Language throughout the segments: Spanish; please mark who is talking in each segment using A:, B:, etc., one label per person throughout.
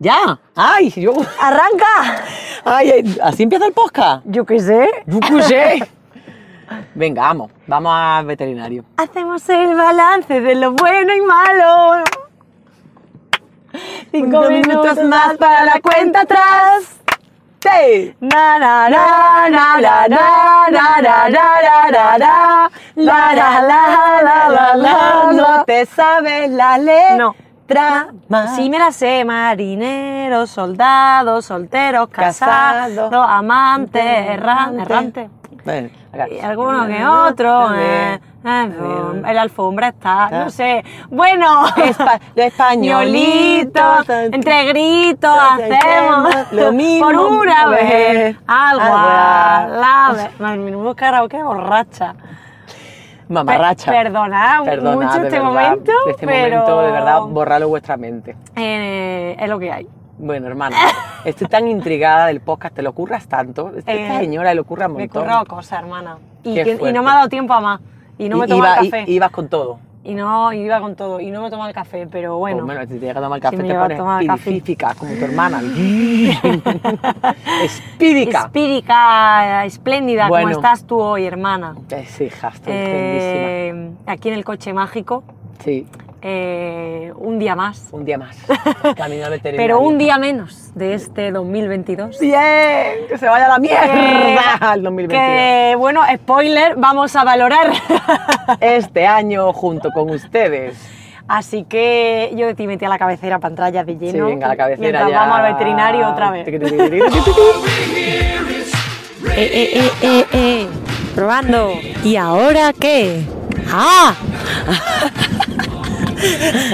A: Ya. Ay, yo.
B: ¡Arranca!
A: Ay, ay, así empieza el podcast.
B: Yo qué sé.
A: Yo qué sé. Venga, vamos. Vamos al veterinario.
B: Hacemos el balance de lo bueno y malo. Cinco
A: Unos
B: minutos más para la cuenta atrás.
A: Sí.
B: Na na na na na na na na na na na na la la la la la
A: No
B: la la.
A: te sabes la
B: No.
A: letra. más.
B: Sí me la sé, marineros, soldados, solteros, casados,
A: Casados,
B: amantes,
A: errante.
B: erran- errantes.
A: Bueno, acá.
B: Y alguno que otro, eh, eh, el alfombra está, no sé. Bueno,
A: Espa- los españolitos.
B: españolitos, entre gritos hacemos
A: Lo mismo
B: por una
A: una
B: vez
A: vez.
B: algo a
A: Algo
B: la vez. Madre mía, menudo karaoke borracha.
A: Mamarracha.
B: Pe- perdonad
A: Perdonad,
B: mucho
A: de
B: este
A: verdad,
B: momento,
A: Este
B: pero-
A: momento, de verdad, borralo vuestra mente.
B: Eh, es lo que hay.
A: Bueno, hermana, estoy tan intrigada del podcast, te lo curras tanto. Esta
B: Eh,
A: señora le ocurra un
B: Me he
A: montón.
B: currado cosas, hermana. Y,
A: Qué
B: que- y
A: fuerte.
B: no me ha dado tiempo a más. Y no me he
A: I-
B: tomado
A: iba-
B: el café.
A: i- ibas con todo.
B: Y no, y iba con todo, y no me tomaba el café, pero bueno.
A: Pues bueno, si te llega a tomar el café,
B: me
A: te
B: lleva a tomar
A: pones
B: café.
A: pirifífica, como tu hermana. Espírica.
B: espírica, eh, espléndida,
A: Bueno.
B: como estás tú hoy, hermana.
A: Es hija, estoy estupendísima.
B: Eh, aquí en el coche mágico,
A: Sí,
B: eh, un día más,
A: un día más. Camino al veterinario.
B: pero un día menos de este 2022.
A: ¡Bien! ¡Que se vaya a la mierda! El 2022.
B: Que, bueno, spoiler, vamos a valorar.
A: Este año, junto con ustedes,
B: Así que yo de ti metí a la cabecera pantalla de lleno.
A: sí, venga, la cabecera
B: mientras
A: ya.
B: vamos al veterinario otra vez. Eh, eh, eh, eh, eh. Probando. ¿Y ahora qué? ¡Ah!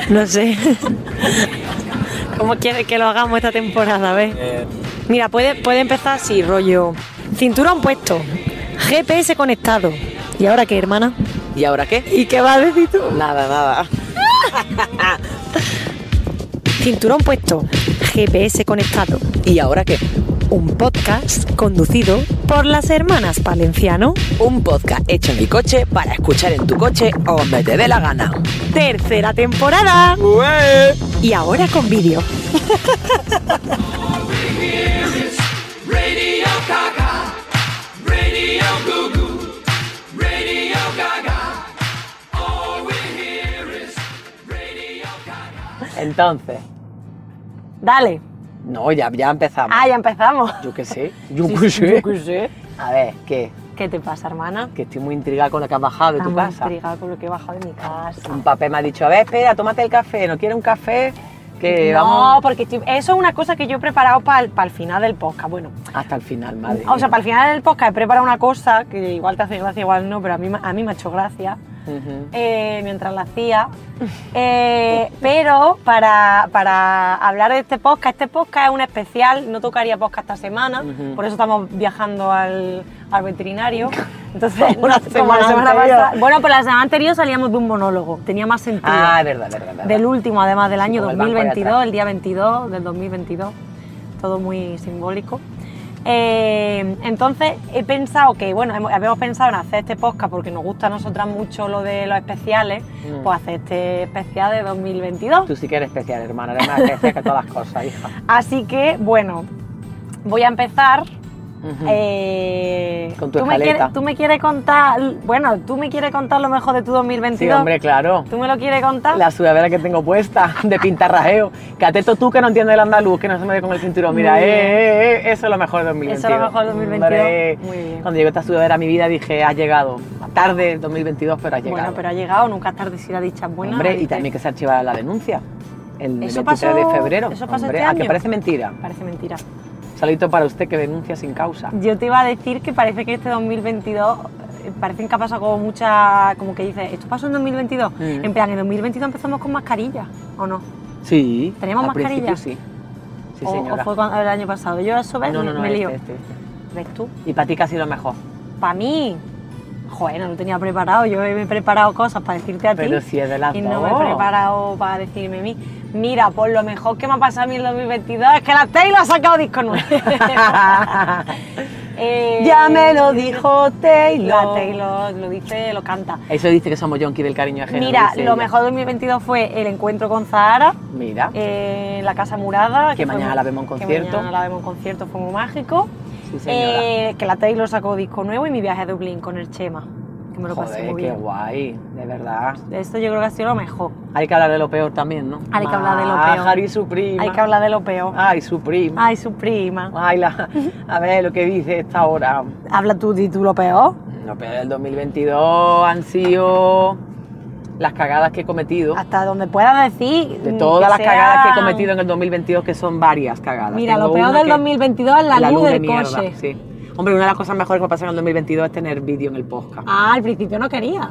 B: No sé. ¿Cómo quieres que lo hagamos esta temporada? A ver.
A: Eh,
B: Mira, puede, puede empezar así, rollo. Cinturón puesto. GPS conectado. ¿Y ahora qué, hermana?
A: ¿Y ahora qué?
B: ¿Y qué vas a decir tú?
A: Nada, nada.
B: Cinturón puesto. GPS conectado.
A: ¿Y ahora qué?
B: Un podcast conducido por las hermanas Palenciano.
A: Un podcast hecho en mi coche para escuchar en tu coche o donde te dé la gana.
B: Tercera temporada. Y ahora con vídeo.
A: Entonces,
B: Dale.
A: no, ya, ya empezamos.
B: Ah, ya empezamos.
A: Yo qué sé. Yo
B: Sí,
A: qué
B: sí, yo
A: sé.
B: qué sé.
A: A ver, ¿qué?
B: ¿Qué te pasa, hermana?
A: Que estoy muy intrigada con lo que has bajado de tu
B: Estamos
A: casa.
B: intrigada con lo que he bajado de mi casa.
A: Un papel me ha dicho, a ver, espera, tómate el café, ¿no quieres un café? Que
B: no,
A: Eh, vamos
B: porque estoy- eso es una cosa que yo he preparado para el, final del podcast. Bueno,
A: hasta el final, madre.
B: o sea, para
A: mía.
B: el final del podcast he preparado una cosa que igual te hace gracia, igual no, pero a mí, me- a mí me ha hecho gracia
A: Ujú.
B: eh, mientras la hacía. Eh, pero para, para hablar de este podcast, este podcast es un especial, no tocaría podcast esta semana,
A: Ujú.
B: por eso estamos viajando al, al veterinario. Entonces,
A: Una
B: no-
A: semana anterior.
B: Bueno, pero la semana anterior salíamos de un monólogo, tenía más sentido.
A: Ah, es verdad, es verdad. es verdad.
B: del último, además, del año
A: como el banco de
B: 2022,
A: atrás.
B: el día 22 del 2022, todo muy simbólico. Eh, entonces he pensado que, bueno, hemos- habíamos pensado en hacer este podcast porque nos gusta a nosotras mucho lo de los especiales,
A: Mm.
B: pues hacer este especial de 2022.
A: Tú sí que eres especial, hermana, eres más especial que todas las cosas, hija.
B: Así que, bueno, voy a empezar.
A: Ujú.
B: eh,
A: Mm. Con tu
B: tú me,
A: escaleta.
B: quieres, tú me quieres contar, bueno, tú me quieres contar lo mejor de tu 2022.
A: sí, hombre, claro.
B: ¿Tú me lo quieres contar?
A: La sudadera que tengo puesta, de pintarrajeo. Que atento tú que no entiendes el andaluz, que no se me ve con el cinturón. Mira,
B: Muy
A: eh,
B: bien.
A: eh, eh, eso es lo mejor de 2022.
B: Eso es lo mejor de 2022.
A: Hombre,
B: Muy bien.
A: Cuando llegó esta sudadera a mi vida dije, has llegado. Tarde, 2022, pero has llegado.
B: Bueno, pero ha llegado, nunca es tarde si la dicha es buena.
A: Hombre,
B: así
A: y
B: que
A: también que se archivara la denuncia. El
B: Eso
A: 23 de
B: pasó-
A: febrero.
B: eso pasó
A: Hombre,
B: este
A: ah, que
B: año.
A: parece mentira.
B: Parece mentira.
A: Saludito para usted que denuncia sin causa.
B: Yo te iba a decir que parece que este 2022, eh, parece que ha pasado como mucha, como que dices, ¿esto pasó en 2022?
A: Mm.
B: En plan, en 2022 empezamos con mascarilla, ¿o no?
A: Sí.
B: ¿Teníamos
A: al
B: mascarilla?
A: principio sí. Sí,
B: o,
A: señora.
B: o fue cuando- el año pasado. Yo eso ves,
A: no, no,
B: me,
A: no,
B: me
A: este,
B: lío.
A: este, este.
B: ¿Ves tú?
A: Y para ti casi lo mejor.
B: Para mí, joder, no lo tenía preparado. Yo me he preparado cosas para decirte a
A: Pero Oh.
B: ti.
A: si es de las
B: Y no me
A: dos.
B: he preparado para decirme a mí, mira, por lo mejor que me ha pasado a mí en 2022 es que la Taylor ha sacado disco nuevo. Eh,
A: Ya me lo dijo
B: La
A: Taylor.
B: Taylor lo dice, lo canta.
A: Eso dice que somos yonki del cariño ajeno.
B: Mira,
A: dice
B: lo
A: ella.
B: mejor de 2022 fue el encuentro con Zahara
A: Mira,
B: eh, en la Casa Murada.
A: Que
B: fue
A: mañana
B: muy-
A: la vemos en
B: que
A: concierto.
B: mañana la vemos en concierto, fue muy mágico.
A: sí, señora.
B: Eh, que la Taylor sacó disco nuevo y mi viaje a Dublín con el Chema. Que me lo pasé
A: Joder,
B: muy
A: qué
B: bien.
A: guay, de verdad.
B: Esto yo creo que ha sido lo mejor.
A: Hay que hablar de lo peor también, ¿no?
B: Hay que hablar de lo
A: Ah,
B: peor.
A: Harry y su prima. Ah.
B: Hay que hablar Ah. de lo peor.
A: Ay, su prima.
B: Ay, su prima.
A: Ay, la... a ver lo que dice esta hora.
B: Habla tú, di tú lo peor.
A: Lo peor del 2022 han sido las cagadas que he cometido.
B: Hasta donde puedas decir.
A: De
B: mm,
A: todas las
B: Ah, que
A: cagadas que he
B: sean-
A: cometido en el 2022, que son varias cagadas.
B: Mira, lo
A: Tengo
B: peor
A: una
B: del
A: que-
B: 2022 es la, luz,
A: de
B: del
A: mierda,
B: coche.
A: sí. Hombre, una de las cosas mejores que me pasaron en el 2022 es tener vídeo en el podcast.
B: Ah, al principio no quería.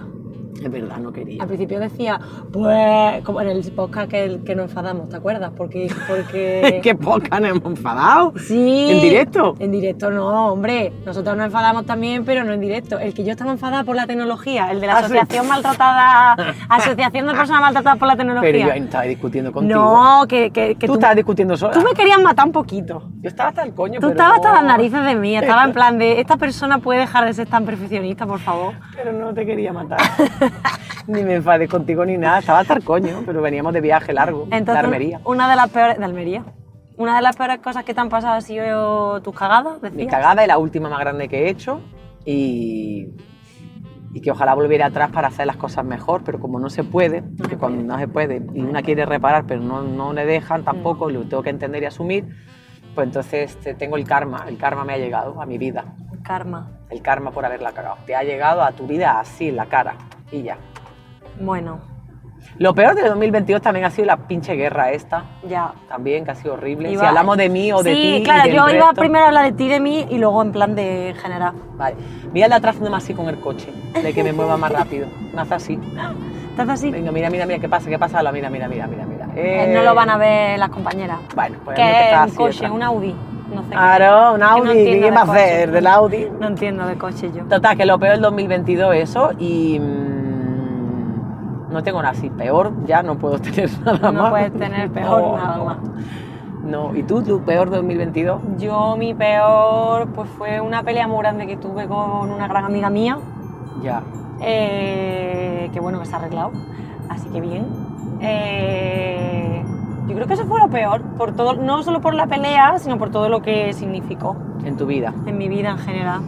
A: Es verdad, no quería.
B: Al principio decía, pues, como en el podcast que, que nos enfadamos, ¿te acuerdas? Porque. porque...
A: ¿Qué podcast nos hemos enfadado?
B: Sí.
A: ¿En directo?
B: En directo no, hombre. Nosotros nos enfadamos también, pero no en directo. El que yo estaba enfadada por la tecnología, el de la
A: Ah, sí.
B: Asociación Maltratada, Asociación de Personas Maltratadas por la Tecnología.
A: Pero yo ahí no estaba discutiendo contigo.
B: no, que, que, que
A: tú,
B: tú,
A: estabas discutiendo sola.
B: tú me querías matar un poquito.
A: Yo estaba hasta el coño.
B: Tú
A: pero
B: estabas hasta
A: no-
B: las narices de mí, estaba en plan de, esta persona puede dejar de ser tan perfeccionista, por favor.
A: Pero no te quería matar. ni me enfadé contigo ni nada. Estaba hasta el coño, pero veníamos de viaje largo. de
B: Entonces,
A: armería.
B: una de las peores, de Almería, una de las peores cosas que te han pasado ha sido tus cagadas,
A: Mi
B: decías.
A: cagada es la última más grande que he hecho y, y que ojalá volviera atrás para hacer las cosas mejor, pero como no se puede, que cuando no se puede y una quiere reparar pero no, no le dejan tampoco, lo tengo que entender y asumir, pues entonces te- tengo el karma, el karma me ha llegado a mi vida,
B: Karma.
A: el karma por haberla cagado, te ha llegado a tu vida así, en la cara y ya.
B: Bueno,
A: Lo peor del 2022 también ha sido la pinche guerra esta,
B: ya.
A: también que ha sido horrible.
B: Iba-
A: Si hablamos de mí o de
B: sí,
A: ti... y
B: claro,
A: del
B: yo iba
A: resto-
B: primero a hablar de ti, de mí y luego en plan de general.
A: Vale. Mira el de atrás haciéndome así con el coche, de que me mueva más rápido. Me hace así.
B: Entonces así,
A: Venga, mira, mira, mira, ¿qué pasa? ¿Qué pasa? Ala, Mira, mira, mira, mira, mira.
B: eh, no lo van a ver las compañeras.
A: Bueno, pues
B: que
A: no te
B: es
A: estás
B: un coche,
A: haciendo.
B: un Audi, no sé. qué.
A: Claro, un
B: Es que no
A: Audi, ¿qué
B: entiendo de
A: va a
B: coche.
A: hacer? Del Audi.
B: No entiendo de coche yo.
A: Total, que lo peor del 2022 es eso y... mm, no tengo nada así. Peor ya no puedo tener nada más.
B: No puedes tener peor
A: No,
B: nada
A: no.
B: más.
A: No, ¿y tú, tu peor 2022?
B: Yo mi peor pues fue una pelea muy grande que tuve con una gran amiga mía,
A: Ya.
B: eh, que bueno que se ha arreglado, así que bien. Eh, yo creo que eso fue lo peor, por todo, no solo por la pelea, sino por todo lo que significó
A: En tu vida.
B: en mi vida en general.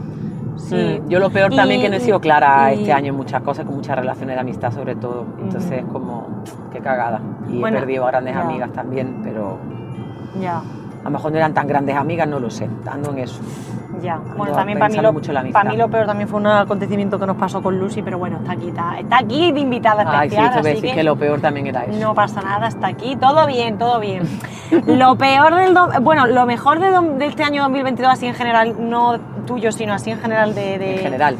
B: Sí.
A: Mm, Yo lo peor también que no he
B: Y-
A: sido clara
B: y-
A: este año en muchas cosas, con muchas relaciones de amistad sobre todo. Entonces es como, qué cagada. Y
B: Mm. Bueno,
A: he perdido a grandes
B: ya.
A: amigas también, pero Mm.
B: Ya,
A: a lo mejor no eran tan grandes amigas, no lo sé. Ando en eso.
B: ya. Bueno,
A: Ando
B: también para mí,
A: pensando
B: lo,
A: mucho en la amistad.
B: para mí lo peor también fue un acontecimiento que nos pasó con Lucy, pero bueno, está aquí, está, está aquí de invitada especial,
A: Ay, sí, te voy a
B: así
A: decir
B: que
A: que lo peor también era eso.
B: No pasa nada, hasta aquí, todo bien, todo bien. lo peor del. do- Bueno, lo mejor de, dom- de este año 2022, así en general, no tuyo, sino así en general de. de
A: En general,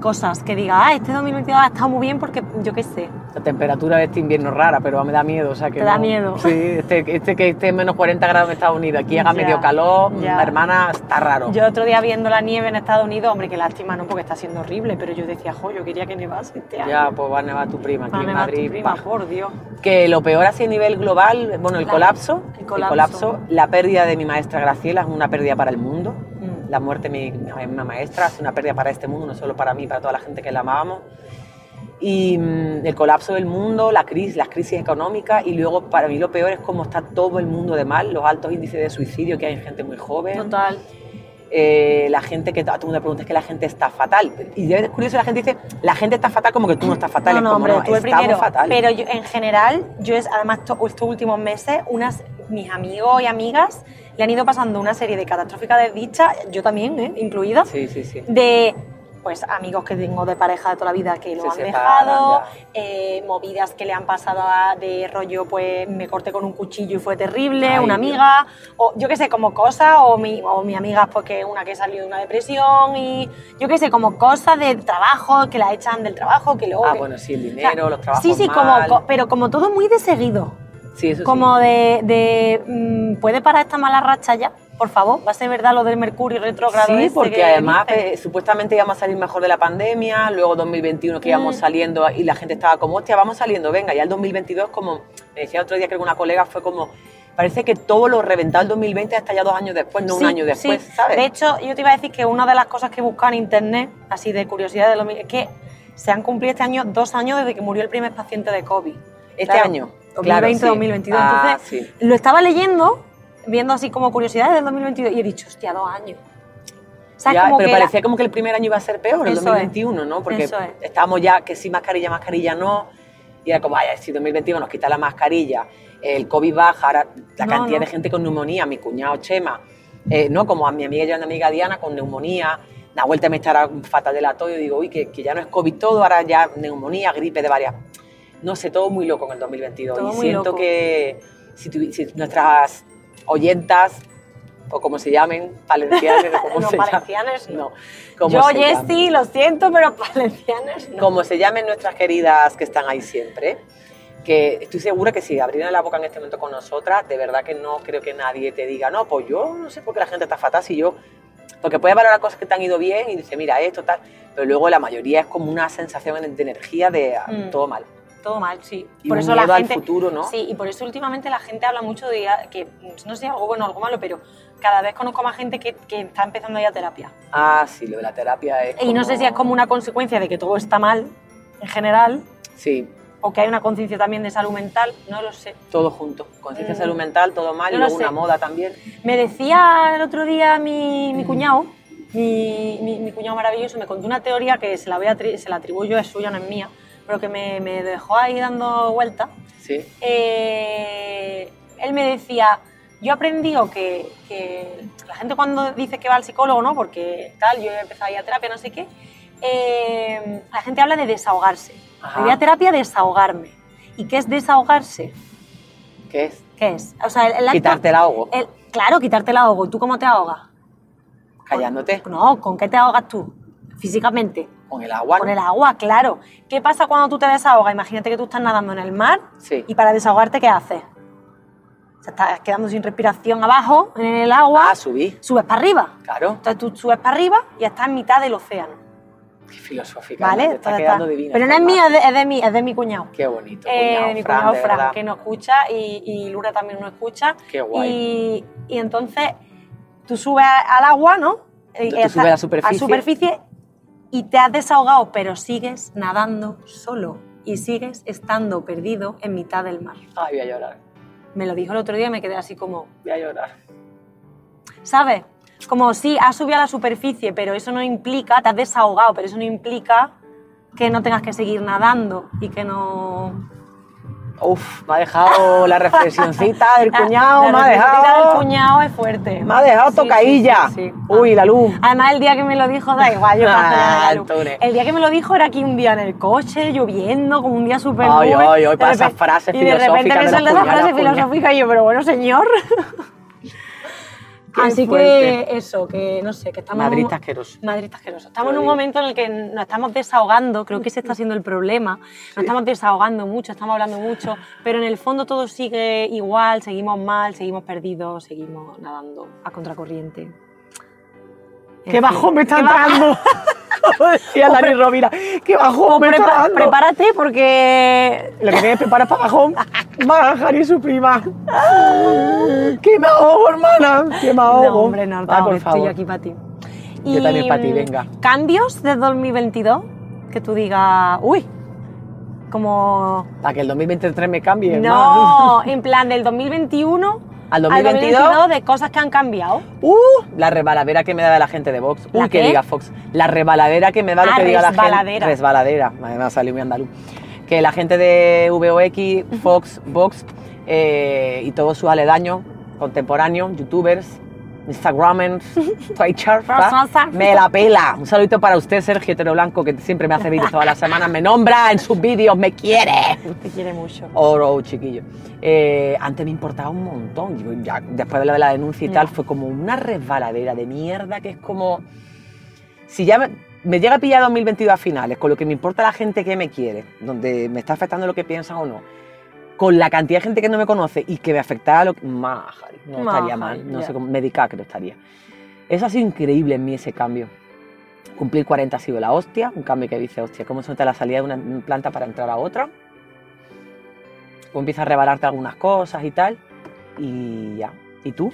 B: Cosas que diga, ah, este 2022 ha estado muy bien porque yo qué sé.
A: la temperatura de este invierno es rara, pero me da miedo. O sea que
B: Te da
A: no-
B: miedo.
A: Sí, este, este que esté en menos 40 grados en Estados Unidos, aquí haga
B: Ya,
A: medio calor,
B: ya.
A: la hermana está raro.
B: Yo otro día viendo la nieve en Estados Unidos, hombre, qué lástima, ¿no? Porque está siendo horrible, pero yo decía, jo, yo quería que nevase este año.
A: Ya, pues va a nevar tu prima aquí
B: Va a
A: en
B: nevar tu
A: Madrid.
B: prima,
A: pa.
B: por Dios.
A: que lo peor así a nivel global, bueno, el
B: Claro,
A: colapso,
B: el
A: el colapso,
B: colapso.
A: la pérdida de mi maestra Graciela es una pérdida para el mundo,
B: Mm.
A: la muerte de mi, de una maestra es una pérdida para este mundo, no solo para mí, para toda la gente que la amábamos, y mm, el colapso del mundo, la crisis, las crisis económicas, y luego para mí lo peor es cómo está todo el mundo de mal, los altos índices de suicidio que hay en gente muy joven,
B: Total.
A: eh, la gente que todo el mundo pregunta es que la gente está fatal, y de- es curioso, la gente dice, la gente está fatal como que tú no estás fatal,
B: No,
A: es
B: no,
A: como,
B: hombre,
A: no,
B: tú el
A: estamos
B: primero.
A: fatal.
B: Pero yo, en general, yo es, además to- estos últimos meses, unas, mis amigos y amigas le han ido pasando una serie de catastróficas desdichas, yo también, ¿eh? incluida,
A: Sí, sí, sí.
B: de pues amigos que tengo de pareja de toda la vida que lo
A: Se
B: han
A: separan,
B: dejado,
A: ya.
B: eh, movidas que le han pasado a- de rollo, pues me corté con un cuchillo y fue terrible,
A: Ay,
B: una
A: Dios.
B: amiga, o yo qué sé, como cosas, o mi, o mi amiga porque una que salió de una depresión y yo qué sé, como cosas de trabajo, que la echan del trabajo, que luego...
A: Ah,
B: que-
A: bueno, sí, el
B: o sea,
A: dinero, los trabajos.
B: Sí, sí,
A: mal.
B: como, co- pero como todo muy de seguido.
A: Sí, eso sí.
B: Como de, de, mm, ¿puede parar esta mala racha ya? Por favor, va a ser verdad lo del Mercurio retrógrado.
A: Sí,
B: ese
A: porque
B: que
A: además
B: dice?
A: eh, supuestamente íbamos a salir mejor de la pandemia, luego 2021 que íbamos
B: Mm.
A: saliendo y la gente estaba como, hostia, vamos saliendo, venga, ya el 2022 como, me decía otro día creo que una colega fue como, parece que todo lo reventado el 2020 hasta ya dos años después, no
B: Sí,
A: un año después,
B: sí.
A: ¿sabes?
B: De hecho, yo te iba a decir que una de las cosas que buscaba en internet, así de curiosidad de lo mi- es que se han cumplido este año dos años desde que murió el primer paciente de COVID.
A: este
B: claro,
A: año.
B: 2020,
A: claro, sí.
B: 2022.
A: Ah,
B: Entonces,
A: sí.
B: lo estaba leyendo, viendo así como curiosidades del 2022, y he dicho, hostia, dos años. ¿Sabes?
A: Ya,
B: como
A: pero
B: que la-
A: parecía como que el primer año iba a ser peor, el
B: Eso es.
A: 2021, ¿no? Porque
B: Eso es.
A: estábamos ya que sí, mascarilla, mascarilla no. Y era como, vaya, si 2021 nos quita la mascarilla, el COVID baja, ahora la
B: No,
A: cantidad
B: no.
A: de gente con neumonía, mi cuñado Chema, eh, ¿no? Como a mi amiga y a mi amiga Diana con neumonía, la vuelta me estará fatal de la tos, yo digo, uy, que, que ya no es COVID todo, ahora ya neumonía, gripe de varias. No sé, todo muy loco en el 2022.
B: Todo
A: y
B: muy
A: siento
B: loco.
A: que si, tuvi- si nuestras oyentas, o como se llamen, palencianas, o como
B: No,
A: se llamen.
B: valencianes no.
A: no.
B: Yo,
A: se llamen.
B: Jessy, lo siento, pero valencianas no.
A: Como se llamen nuestras queridas que están ahí siempre, que estoy segura que si abrieran la boca en este momento con nosotras, de verdad que no creo que nadie te diga, no, pues yo no sé por qué la gente está fatal si yo... Porque puedes valorar cosas que te han ido bien y dices, mira, esto, tal... Pero luego la mayoría es como una sensación de energía de ah,
B: Mm.
A: todo mal.
B: Todo mal, sí.
A: Y un miedo al futuro, ¿no?
B: Sí, y por eso últimamente la gente habla mucho de ya- que no sé algo bueno o algo malo, pero cada vez conozco más gente que, que está empezando ya terapia.
A: Ah, sí, lo de la terapia es
B: Y no sé si es como una consecuencia de que todo está mal en general
A: Sí,
B: o que hay una conciencia también de salud mental, no lo sé.
A: todo junto. Conciencia
B: Mm.
A: salud mental, todo mal,
B: Yo
A: y
B: lo
A: luego una
B: sé.
A: moda también.
B: Me decía el otro día mi, mi cuñado, mi, mi- mi cuñado maravilloso, me contó una teoría que se la, voy a atri- se la atribuyo, es suya, no es mía, pero que me, me dejó ahí dando vueltas.
A: Sí.
B: eh, él me decía, yo aprendí o que, que la gente cuando dice que va al psicólogo, ¿no? Porque tal, yo he empezado a ir a terapia, no sé qué, eh, la gente habla de desahogarse.
A: Ajá.
B: Yo voy a terapia a desahogarme. ¿Y qué es desahogarse?
A: ¿Qué es?
B: ¿Qué es? O sea, el, el acto-
A: Quitarte el ahogo,
B: el- claro, quitarte el ahogo. ¿Tú cómo te ahogas?
A: callándote.
B: No, ¿con qué te ahogas tú? Físicamente.
A: Con el agua.
B: Con
A: ¿no?
B: el agua, claro. ¿Qué pasa cuando tú te desahogas? Imagínate que tú estás nadando en el mar
A: Sí.
B: y para desahogarte, ¿qué haces? Se estás quedando sin respiración abajo en el agua,
A: Ah, subí.
B: subes para arriba.
A: Claro.
B: Entonces tú subes para arriba y estás en mitad del océano,
A: Qué filosófica.
B: ¿vale?
A: ¿no? Te está
B: Entonces
A: quedando
B: está-
A: divina.
B: Pero no
A: esta
B: es mío,
A: imagen.
B: es de, es de mí, es de mi cuñado.
A: Qué bonito.
B: Eh,
A: cuñado
B: mi
A: Fran,
B: cuñado
A: de
B: Fran,
A: verdad.
B: que no escucha y, y Luna también no escucha.
A: Qué guay.
B: Y, y entonces tú subes a- al agua, ¿no? Y
A: Tú
B: estás-
A: subes a la superficie.
B: superficie y te has desahogado, pero sigues nadando solo y sigues estando perdido en mitad del mar.
A: Ay, voy a llorar.
B: Me lo dijo el otro día y me quedé así como,
A: Voy a llorar.
B: ¿sabes? Como sí, has subido a la superficie, pero eso no implica, te has desahogado, pero eso no implica que no tengas que seguir nadando y que no...
A: Uf, me ha dejado la reflexioncita del
B: La-
A: cuñado,
B: Ah, la
A: me ha
B: reflexioncita del
A: dejado.
B: cuñado es fuerte.
A: Me ha dejado
B: Sí,
A: tocadilla.
B: sí, sí, sí.
A: Uy, la luz.
B: Además, el día que me lo dijo, da igual, yo paso
A: Ah,
B: ya de la luz.
A: Antonio.
B: El día que me lo dijo era aquí un día en el coche, lloviendo, como un día súper
A: Ay,
B: nube,
A: ay, ay,
B: de
A: para esas
B: repente-
A: frases
B: Y de repente
A: filosóficas de
B: me
A: los
B: suelta esa
A: puñales,
B: frase
A: puñal.
B: filosófica y yo, pero bueno, señor.
A: Qué
B: Así
A: fuerte.
B: que eso, que no sé, que estamos... en un-
A: Madrid está asqueroso.
B: Madrid está asqueroso.
A: Te
B: Estamos en
A: lo
B: un
A: digo.
B: momento en el que nos estamos desahogando, creo que ese está siendo el problema. Nos estamos desahogando mucho, estamos hablando mucho, pero en el fondo todo sigue igual, seguimos mal, seguimos perdidos, seguimos nadando a contracorriente.
A: Qué
B: bajo
A: bajón me está dando. Como decía Larry Rovira. Qué bajón me está dando.
B: prepárate porque
A: Lo que tienes preparar para bajón, Majar y su prima. ¡Qué me ahogo, hermana! ¡Qué me ahogo!
B: No, hombre, no,
A: Va,
B: no,
A: por
B: que estoy
A: favor.
B: yo aquí para ti.
A: Yo también pa' ti,
B: mm,
A: venga.
B: ¿Cambios de 2022? Que tú digas, uy, como...
A: Para que el 2023 me cambie. hermano.
B: No, en plan del 2021
A: Al 2022.
B: de cosas que han cambiado.
A: ¡Uh! La rebaladera que me da la gente de Vox.
B: ¿La
A: ¡Uh, que
B: qué?
A: diga Fox! La rebaladera que me da lo
B: Ah,
A: que diga la gente.
B: resbaladera.
A: Resbaladera. Además salió mi andaluz. Que la gente de VOX, Fox, Vox eh, y todos sus aledaños contemporáneos, youtubers, instagramers, twitchers, ¿va? me la pela. Un saludito para usted, Sergio Tero Blanco, que siempre me hace vídeos todas las semanas, me nombra en sus vídeos, me quiere.
B: Te quiere mucho.
A: Oro, chiquillo. Eh, antes me importaba un montón. Yo ya, después de la, de la denuncia y
B: Ya.
A: tal, fue como una resbaladera de mierda que es como. Si ya me, me llega a pillar 2022 a finales, con lo que me importa la gente que me quiere, donde me está afectando lo que piensan o no, con la cantidad de gente que no me conoce y que me afectaba lo que. Majari, no estaría
B: Majari,
A: mal. No
B: ya.
A: sé cómo. Medica, creo estaría. Eso ha sido increíble en mí ese cambio. Cumplir 40 ha sido la hostia, un cambio que dice, hostia, ¿cómo se nota la salida de una planta para entrar a otra? o empiezas a rebalarte algunas cosas y tal. y ya. ¿Y tú?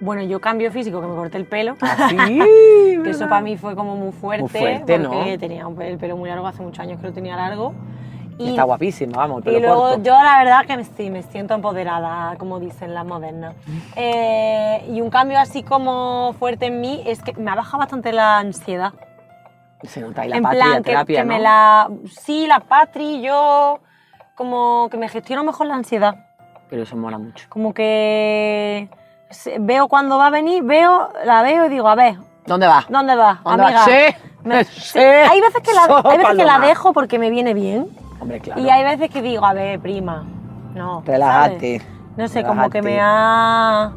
B: Bueno, yo cambio físico, que me corté el pelo.
A: Así.
B: que eso para mí fue como muy fuerte,
A: Ah. Muy fuerte, ¿no?
B: porque tenía un pe- el pelo muy largo, hace muchos años que lo tenía largo. Y,
A: Está guapísima, vamos, el
B: y
A: pelo
B: luego
A: corto.
B: yo la verdad que me, sí, me siento empoderada, como dicen las modernas. Eh, y un cambio así como fuerte en mí es que me ha bajado bastante la ansiedad.
A: Se nota ahí la
B: en
A: patria,
B: plan, que,
A: terapia,
B: que
A: ¿no?
B: me la... Sí, la patri, yo como que me gestiono mejor la ansiedad.
A: Pero eso mola mucho.
B: Como que se- veo cuando va a venir, veo, la veo y digo, a ver,
A: ¿Dónde vas?
B: ¿dónde vas,
A: ¿Dónde
B: amiga?
A: vas? Sí,
B: Me-
A: sí,
B: sí, Hay veces que la,
A: sopa
B: hay veces que la
A: paloma.
B: dejo porque me viene bien
A: Hombre, claro.
B: y hay veces que digo, a ver, prima, no.
A: Relájate.
B: ¿sabes? No sé, como que me
A: relájate.
B: ha...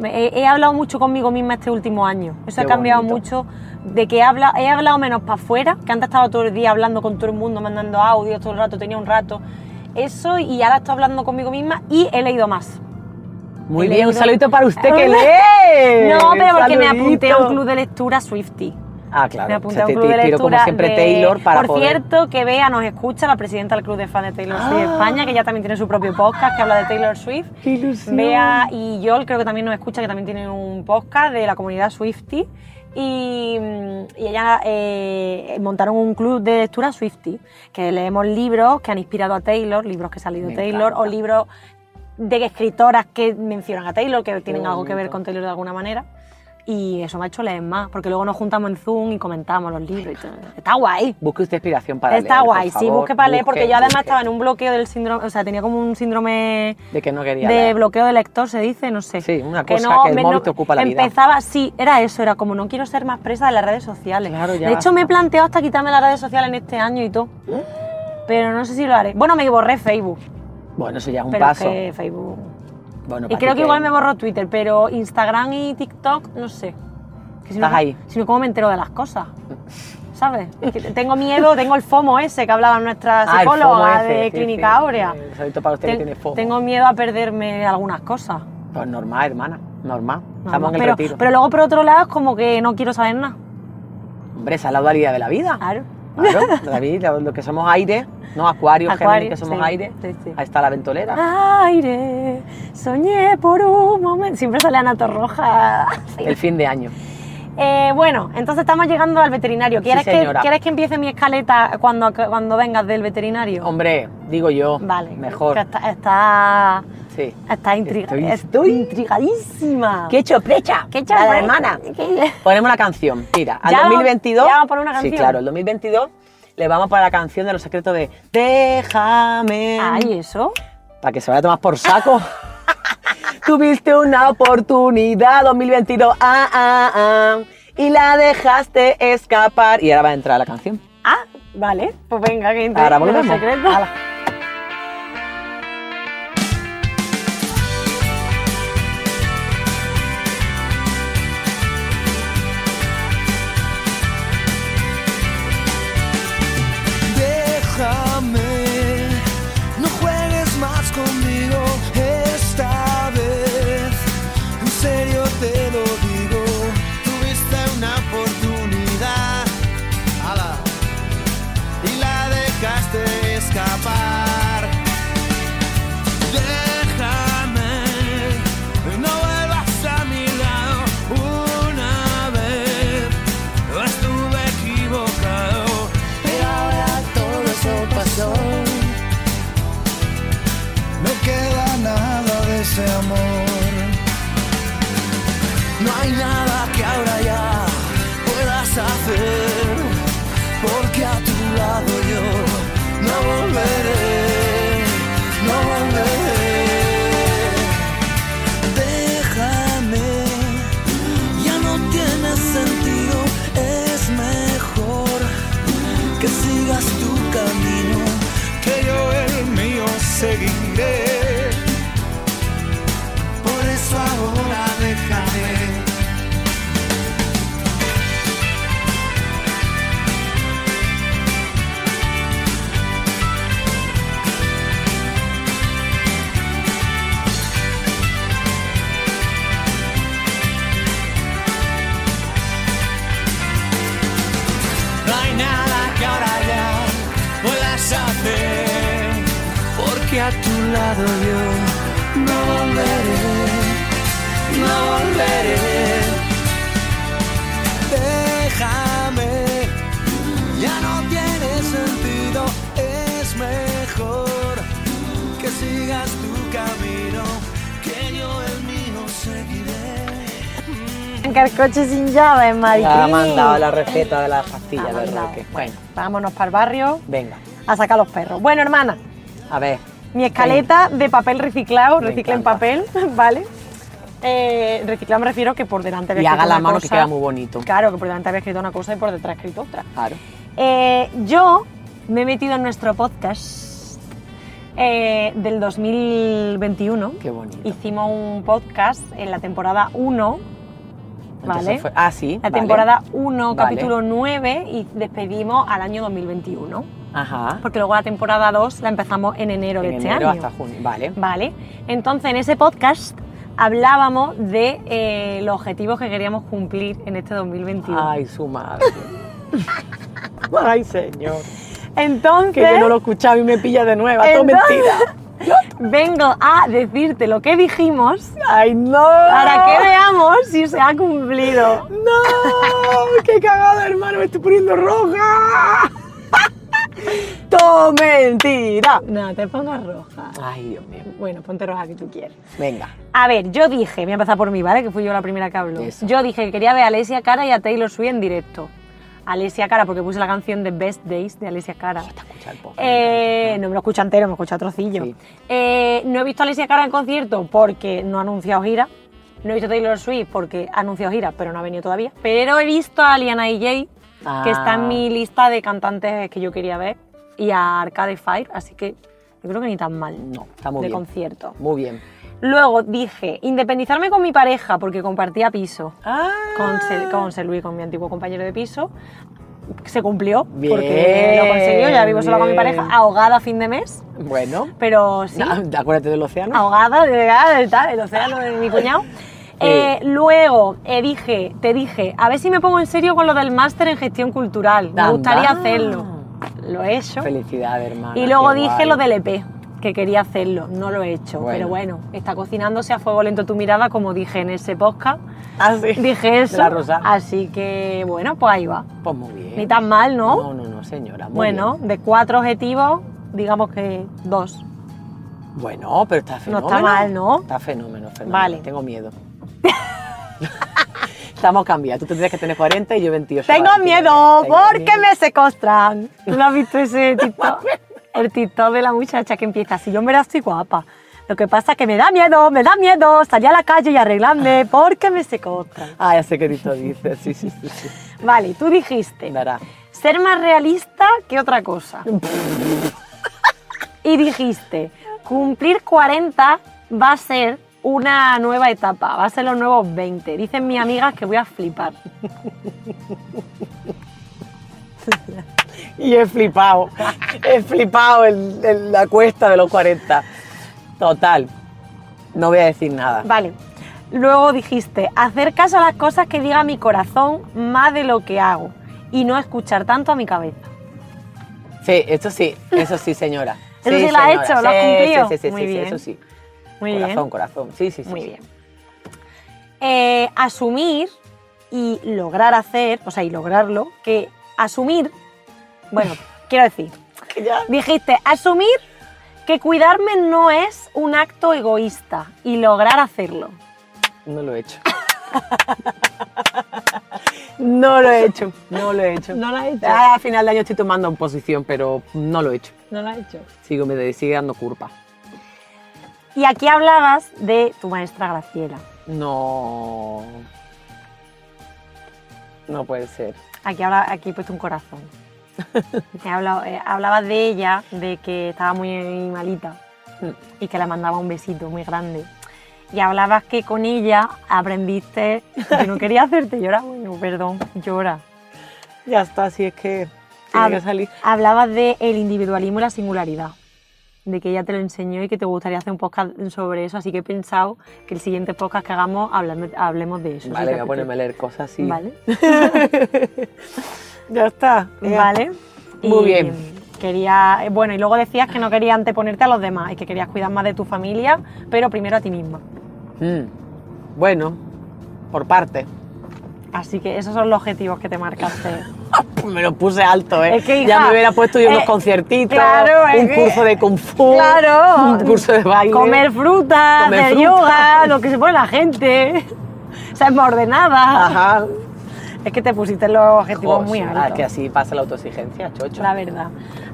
B: me- he, he hablado mucho conmigo misma este último año. Eso
A: Qué
B: ha cambiado
A: bonito.
B: mucho. De que he habla- he hablado menos para afuera, que antes estaba todo el día hablando con todo el mundo, mandando audios todo el rato, tenía un rato. Eso, y ahora estoy hablando conmigo misma y he leído más.
A: Muy
B: he
A: bien, un
B: leído-
A: saludito para usted que
B: Hola.
A: lee.
B: No, pero porque me
A: Eh, Saludito.
B: apunté a un club de lectura Swifty.
A: Ah, claro.
B: Me
A: o
B: apunté
A: sea,
B: a un
A: te,
B: club
A: te
B: de
A: inspiro,
B: lectura.
A: como siempre
B: de-
A: Taylor para
B: Por
A: poder...
B: cierto, que Bea nos escucha, la presidenta del club de fans de Taylor Swift de
A: Ah.
B: España, que ya también tiene su propio podcast que habla de Taylor Swift.
A: ¡Qué ilusión!
B: Bea y Joel creo que también nos escucha, que también tienen un podcast de la comunidad Swifty. Y, mm, y ella eh, montaron un club de lectura Swifty, que leemos libros que han inspirado a Taylor, libros que ha salido
A: Me
B: Taylor,
A: encanta.
B: o libros de escritoras que mencionan a Taylor, que tienen algo que ver
A: bonito.
B: con Taylor de alguna manera. Y eso me ha hecho leer más, porque luego nos juntamos en Zoom y comentamos los libros. y todo. Está guay.
A: Busque usted inspiración para
B: Está
A: leer, por
B: guay, sí,
A: favor,
B: busque para leer, porque
A: busque,
B: yo además
A: busque.
B: estaba en un bloqueo del síndrome, o sea, tenía como un síndrome
A: De que no quería
B: de
A: leer.
B: bloqueo de lector, se dice, no sé.
A: Sí, una cosa que el
B: me-
A: móvil te ocupa la vida.
B: Empezaba, sí, era eso, era como no quiero ser más presa de las redes sociales.
A: Claro, ya
B: de hecho, me he
A: basta.
B: planteado hasta quitarme las redes sociales en este año y todo. Pero no sé si lo haré. Bueno, me borré Facebook.
A: Bueno, eso ya es un
B: pero es
A: paso.
B: que Facebook.
A: Bueno,
B: y
A: para
B: creo
A: ti
B: que igual me borró Twitter, pero Instagram y TikTok, no sé. Que si no,
A: Estás ahí.
B: Si no, ¿cómo me entero de las cosas? ¿Sabes? Que tengo miedo, tengo el FOMO ese que hablaba
A: Ah,
B: nuestra
A: el FOMO
B: psicóloga
A: ese,
B: de
A: sí,
B: Clínica
A: sí.
B: Áurea.
A: Un saludito para usted que
B: Ten-
A: tiene FOMO.
B: tengo miedo a perderme algunas cosas.
A: Pues normal, hermana, normal. Estamos en el
B: pero,
A: retiro.
B: pero luego por otro lado es como que no quiero saber nada.
A: Hombre, esa es la dualidad de la vida.
B: Claro.
A: Claro, David, lo- lo que somos aire, ¿no? Acuario, Géminis,
B: Acuario,
A: que somos
B: sí,
A: aire.
B: sí, sí. Ah,
A: Ahí está la ventolera.
B: Aire, soñé por un momento. Siempre sale Ana Torroja.
A: El fin de año.
B: Eh, bueno, entonces estamos llegando al veterinario. ¿Quieres, que,
A: señora.
B: ¿Quieres que empiece mi escaleta cuando, cuando vengas del veterinario?
A: Hombre, digo yo,
B: vale.
A: mejor.
B: Que Está, está,
A: Sí.
B: está intriga-
A: Estoy-
B: estoy intrigadísima.
A: choprecha!
B: ¿Qué chaval?
A: La de hermana.
B: ¿Qué?
A: Ponemos la canción. Mira, al
B: Ya vamos-
A: 2022.
B: ya vamos a poner una
A: Sí,
B: canción.
A: claro, el 2022 le vamos para la canción de los secretos de Déjame.
B: Ay, eso.
A: Para que se vaya a tomar por saco. Tuviste una oportunidad 2022. Ah, ah, ah, y la dejaste escapar. Y ahora va a entrar la canción.
B: Ah, vale. Pues venga, que entre-
A: Ahora
B: que los
A: volvemos.
B: secretos-
A: Hala.
C: Déjame, no juegues más conmigo esta vez. En serio te lo digo, tuviste una oportunidad. ala, Y la dejaste escapar. Déjame, no vuelvas a mi lado una vez. Yo estuve equivocado, pero ahora todo eso pasó. No queda nada de ese amor. No hay nada que ahora ya puedas hacer, porque a tu lado yo no volveré, no volveré. Déjame, ya no tiene sentido, es mejor que sigas tu camino, que yo el mío seguiré. Por eso ahora déjame. No hay nada que ahora ya puedas hacer, porque a tu lado yo no no volveré, no volveré. Déjame, ya no tiene sentido, es mejor que sigas tu camino, que yo el mío seguiré.
B: Arrancar coche sin llave, Maricri.
A: Ya ha mandado la receta de las pastillas
B: Ha
A: de
B: mandado.
A: Roque. Bueno,
B: Vámonos para el barrio
A: venga,
B: a sacar los perros. Bueno, hermana,
A: a ver.
B: mi escaleta de papel reciclado,
A: Me
B: recicla en
A: encanta.
B: papel, ¿vale? Eh, reciclado me refiero que por delante había
A: Y
B: escrito
A: haga la
B: una
A: mano que
B: cosa.
A: queda muy bonito.
B: Claro, que por delante había escrito una cosa y por detrás escrito otra.
A: Claro.
B: Eh, yo me he metido en nuestro podcast eh, del 2021.
A: Qué bonito.
B: Hicimos un podcast en la temporada 1,
A: Entonces
B: ¿vale?
A: fue- ah, sí.
B: La
A: vale.
B: temporada 1,
A: Vale.
B: capítulo 9, y despedimos al año 2021.
A: Ajá.
B: Porque luego la temporada 2 la empezamos en enero de
A: En
B: este
A: enero
B: año.
A: hasta junio. Vale.
B: Vale. Entonces, en ese podcast hablábamos de eh, los objetivos que queríamos cumplir en este 2021.
A: Ay, su madre. Ay, señor.
B: Entonces,
A: Que yo no lo escuchaba y me pilla de nuevo. Todo
B: Entonces-
A: mentira.
B: vengo a decirte lo que dijimos
A: Ay, no.
B: para que veamos si se ha cumplido.
A: ¡No! ¡Qué cagada, hermano! ¡Me estoy poniendo roja! ¡Todo mentira!
B: No, te pongas roja.
A: Ay, Dios mío.
B: Bueno, ponte roja que tú quieras.
A: Venga.
B: A ver, yo dije, voy a empezar por mí, ¿vale? Que fui yo la primera que habló.
A: Eso.
B: Yo dije que quería ver a Alesia Cara y a Taylor Swift en directo. Alesia Cara, porque puse la canción de Best Days de Alesia Cara.
A: Te escucha el podcast.
B: Eh, no me lo escucha entero, me escucha trocillo.
A: Sí.
B: Eh, no he visto a Alicia Cara en concierto porque no ha anunciado gira. No he visto a Taylor Swift porque ha anunciado gira, pero no ha venido todavía. Pero he visto a Liana y Jay,
A: Ah.
B: que está en mi lista de cantantes que yo quería ver, y a Arcade Fire, así que yo creo que ni tan mal.
A: No, está muy
B: de
A: bien.
B: concierto.
A: Muy bien.
B: Luego dije, independizarme con mi pareja porque compartía piso
A: Ah.
B: con, Sel- con Sel Luis, con mi antiguo compañero de piso. Se cumplió,
A: Bien,
B: porque lo consiguió, ya vivo solo con mi
A: bien. Ah,
B: pareja, ahogada a fin de mes,
A: Bueno.
B: pero sí, Ah,
A: Na- acuérdate del océano.
B: ahogada, de verdad, del tal, el océano de mi cuñado. Eh, luego eh, dije, te dije, a ver si me pongo en serio con lo del máster en gestión cultural, me
A: Anda.
B: gustaría hacerlo. Lo he hecho.
A: Felicidad, hermano.
B: Y luego
A: qué
B: dije
A: guay.
B: lo del EP, que quería hacerlo, no lo he hecho,
A: Bueno.
B: pero bueno, está cocinándose a fuego lento tu mirada, como dije en ese podcast.
A: Ah, sí.
B: Dije eso,
A: De la rosa.
B: así que bueno, pues ahí va.
A: Pues muy bien.
B: Ni tan mal, ¿no?
A: No, no, no, señora. muy
B: bueno,
A: bien.
B: de cuatro objetivos, digamos que dos.
A: Bueno, pero está
B: No
A: fenómeno.
B: está mal, ¿no?
A: Está fenómeno, fenómeno.
B: Vale.
A: Tengo miedo. Estamos cambiados. Tú tendrías que tener 40 y yo 28.
B: Tengo
A: Vale,
B: miedo
A: tengo
B: porque
A: miedo.
B: me secuestran. ¿Tú no has visto ese TikTok? El TikTok de la muchacha que empieza, si yo en verdad estoy guapa. Lo que pasa es que me da miedo, me da miedo salir a la calle y arreglarme porque me secuestran.
A: Ah, ya sé qué Tito dice. Sí, sí, sí. sí.
B: Vale, tú dijiste,
A: Dará.
B: ser más realista que otra cosa. y dijiste, cumplir 40 va a ser una nueva etapa, va a ser los nuevos 20. Dicen mis amigas que voy a flipar.
A: Y he flipado. he flipado el- el- la cuesta de los 40. Total. No voy a decir nada.
B: Vale. Luego dijiste, hacer caso a las cosas que diga mi corazón más de lo que hago y no escuchar tanto a mi cabeza.
A: Sí, eso sí, eso sí, señora.
B: Eso sí lo
A: la
B: has hecho, lo has
A: Sí,
B: cumplido.
A: sí, sí,
B: Muy
A: sí,
B: bien.
A: eso sí.
B: Muy
A: corazón,
B: bien.
A: corazón. Sí, sí, sí.
B: Muy
A: sí.
B: bien. Eh, asumir y lograr hacer, o sea, y lograrlo, que asumir, bueno, quiero decir,
A: Que ya-
B: dijiste, asumir que cuidarme no es un acto egoísta y lograr hacerlo.
A: No lo he hecho. no lo he hecho, no lo he hecho.
B: No lo has hecho.
A: Ah, a final de año estoy tomando posición, pero no lo he hecho.
B: No lo has hecho.
A: Sigo, me de- sigue dando curva.
B: Y aquí hablabas de tu maestra Graciela.
A: No. No puede ser.
B: Aquí, habla, aquí he puesto un corazón. He hablado- eh, hablabas de ella, de que estaba muy malita y que le mandaba un besito muy grande. Y hablabas que con ella aprendiste. Yo no quería hacerte llorar, bueno, perdón, llora.
A: Ya está, así es que Ah,
B: Hab- Hablabas de el individualismo y la singularidad, de que ella te lo enseñó y que te gustaría hacer un podcast sobre eso. Así que he pensado que el siguiente podcast que hagamos hablame- hablemos de eso.
A: Vale,
B: si
A: voy
B: te
A: a ponerme a
B: apetece.
A: leer cosas así.
B: Vale.
A: Ya está.
B: Vale.
A: Muy bien.
B: Quería, eh, bueno, y luego decías que no querías anteponerte a los demás y que querías cuidar más de tu familia, pero primero a ti misma.
A: Mm. Bueno, por parte.
B: Así que esos son los objetivos que te marcaste.
A: Me lo puse alto, ¿eh?
B: Es que,
A: ya
B: hija,
A: me hubiera puesto yo unos
B: eh,
A: conciertitos,
B: claro, es
A: un
B: que-
A: curso de kung fu,
B: Claro.
A: un curso de baile.
B: Comer fruta,
A: Comer
B: hacer
A: fruta.
B: yoga, lo que se pone la gente. Ser más ordenada.
A: Ajá.
B: Es que te pusiste los objetivos
A: Joder,
B: muy
A: ah,
B: altos.
A: que así pasa la autoexigencia, chocho.
B: La verdad.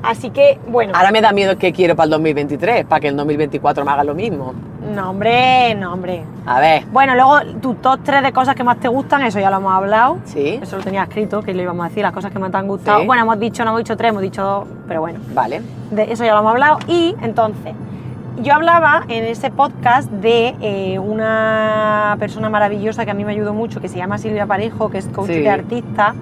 B: Así que, bueno.
A: Ahora me da miedo qué quiero para el 2023, para que el 2024 me haga lo mismo.
B: No, hombre, no, hombre.
A: A ver,
B: Bueno, luego tu top 3 de cosas que más te gustan, eso ya lo hemos hablado.
A: ¿sí?
B: Eso lo tenía escrito, que lo íbamos a decir, las cosas que más te han gustado.
A: Sí.
B: Bueno, hemos dicho, no hemos dicho tres, hemos dicho dos, pero bueno,
A: Vale.
B: de eso ya lo hemos hablado. Y entonces, yo hablaba en ese podcast de eh, una persona maravillosa que a mí me ayudó mucho, que se llama Silvia Parejo, que es coach
A: Sí.
B: de artista.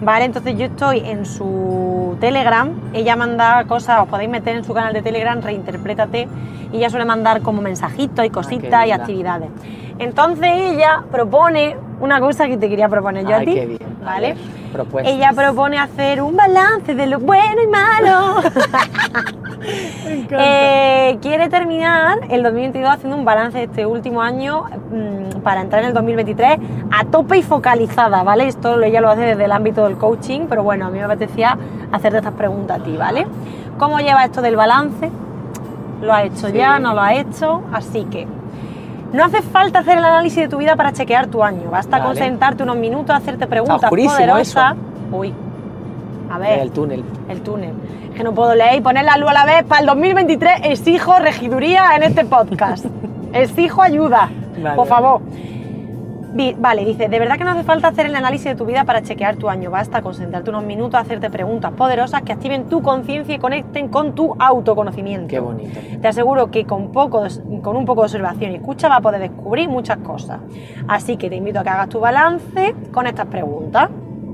B: Vale, entonces yo estoy en su Telegram, ella manda cosas, os podéis meter en su canal de Telegram, reinterprétate, y ella suele mandar como mensajitos y cositas y
A: Ah, linda.
B: actividades. Entonces ella propone una cosa que te quería proponer yo a
A: Ay,
B: ti.
A: qué bien. A
B: ¿Vale?
A: ver, propuestas.
B: Ella propone hacer un balance de lo bueno y malo. Eh, quiere terminar el 2022 haciendo un balance de este último año mm, para entrar en el 2023 a tope y focalizada, ¿vale? Esto lo- ella lo hace desde el ámbito del coaching, pero bueno, a mí me apetecía hacerte estas preguntas a ti, ¿vale? ¿Cómo lleva esto del balance? ¿Lo has hecho ya?
A: Sí.
B: ¿No lo has hecho? Así que no hace falta hacer el análisis de tu vida para chequear tu año. Basta con
A: Vale.
B: sentarte unos minutos, hacerte preguntas
A: oscurísimo
B: poderosas. Uy, a ver,
A: El túnel.
B: el túnel. Es que no puedo leer y poner la luz a la vez. Para el 2023 exijo regiduría en este podcast. exijo ayuda,
A: Vale.
B: por favor. Vi- Vale, dice, de verdad que no hace falta hacer el análisis de tu vida para chequear tu año. Basta con sentarte unos minutos, hacerte preguntas poderosas que activen tu conciencia y conecten con tu autoconocimiento.
A: Qué bonito.
B: Te aseguro que con, poco, de- con un poco de observación y escucha vas a poder descubrir muchas cosas. Así que te invito a que hagas tu balance con estas preguntas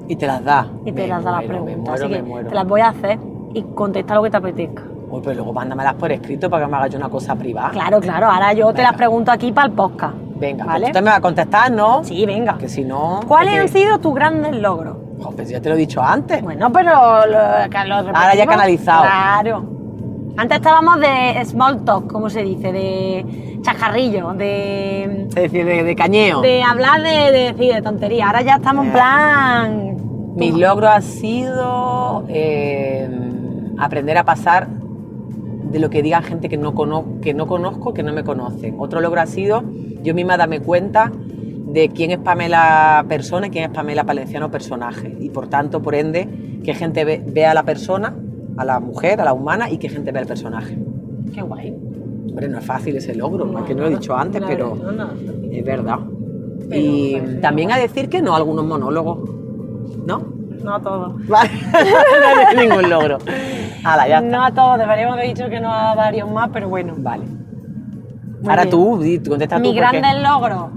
A: Y te las da.
B: y te
A: Me
B: las da las
A: muero,
B: preguntas.
A: Me muero,
B: Así que
A: me muero.
B: te las voy a hacer y contesta lo que te apetezca.
A: Uy, pero luego mándamelas por escrito para que me haga yo una cosa privada.
B: Claro, claro, ahora yo te
A: Ah, Venga.
B: las pregunto aquí para el podcast.
A: Venga, pues
B: ¿Vale?
A: tú también me vas a contestar, ¿no?
B: Sí, venga.
A: Que si no. pues porque-
B: ¿Cuáles han sido tus grandes logros?
A: Jo, pues ya te lo he dicho antes.
B: Bueno, pero lo, que lo
A: Ahora ya
B: repetimos.
A: canalizado.
B: Claro. Antes estábamos de small talk, como se dice, de chajarrillo, de
A: Es decir, de, de cañeo.
B: de hablar de, de, sí, de tontería. Ahora ya estamos en
A: Eh.
B: plan.
A: Mi logro ha sido eh, aprender a pasar de lo que digan gente que no, cono- que no conozco, que no me conocen. Otro logro ha sido yo misma darme cuenta de quién es Pamela persona y quién es Pamela Palenciano personaje. Y por tanto, por ende, que gente ve- vea a la persona, a la mujer, a la humana y que gente vea el personaje.
B: Qué guay.
A: Hombre, no es fácil ese logro, porque Pues no lo he dicho antes,
B: no,
A: pero
B: no, no.
A: es verdad.
B: Pero
A: Y
B: parece
A: también a decir que no a algunos monólogos, ¿no?
B: No a todo.
A: Vale, no hay ningún logro. Hala, ya está.
B: No a todo. Deberíamos haber dicho que no a varios más, pero bueno.
A: Vale. Ahora
B: bien.
A: tú, di- tú contesta tú.
B: Mi
A: porque-
B: grande logro.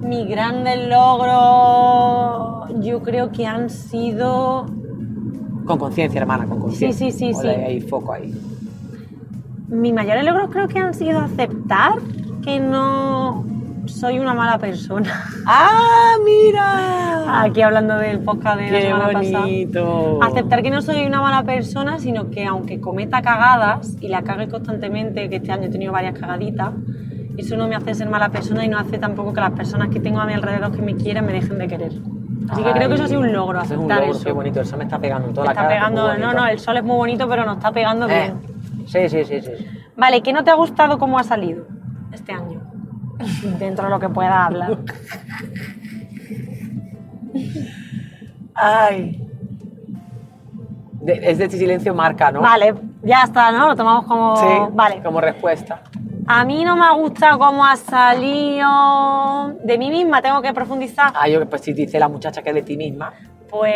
B: Mi grande logro. Yo creo que han sido.
A: Con conciencia, hermana, con conciencia.
B: sí, sí,
A: Ole,
B: sí.
A: Hay foco ahí.
B: Mis mayores logros creo que han sido aceptar que no soy una mala persona.
A: ¡Ah, mira!
B: Aquí hablando del podcast de la
A: ¡Qué
B: semana pasada.
A: bonito!
B: Aceptar que no soy una mala persona, sino que aunque cometa cagadas y la cague constantemente, que este año he tenido varias cagaditas, eso no me hace ser mala persona y no hace tampoco que las personas que tengo a mi alrededor que me quieren me dejen de querer. Así que creo que eso ha sido un logro,
A: Eso es un
B: aceptar
A: logro, qué
B: eso.
A: bonito. El sol me está pegando en toda
B: Me
A: la
B: está
A: cara.
B: pegando,
A: qué
B: no,
A: bonito.
B: no, el sol es muy bonito, pero nos está
A: Eh,
B: pegando bien.
A: Sí, sí, sí, sí.
B: Vale, ¿qué no te ha gustado cómo ha salido este año? Dentro de lo que pueda hablar.
A: Ay. De- es de este silencio marca, ¿no?
B: Vale, ya está, ¿no? Lo tomamos como...
A: Sí,
B: Oh, vale.
A: como respuesta.
B: A mí no me ha gustado cómo ha salido de mí misma, tengo que profundizar.
A: Ah, yo, pues si dice la muchacha que es de ti misma.
B: Pues.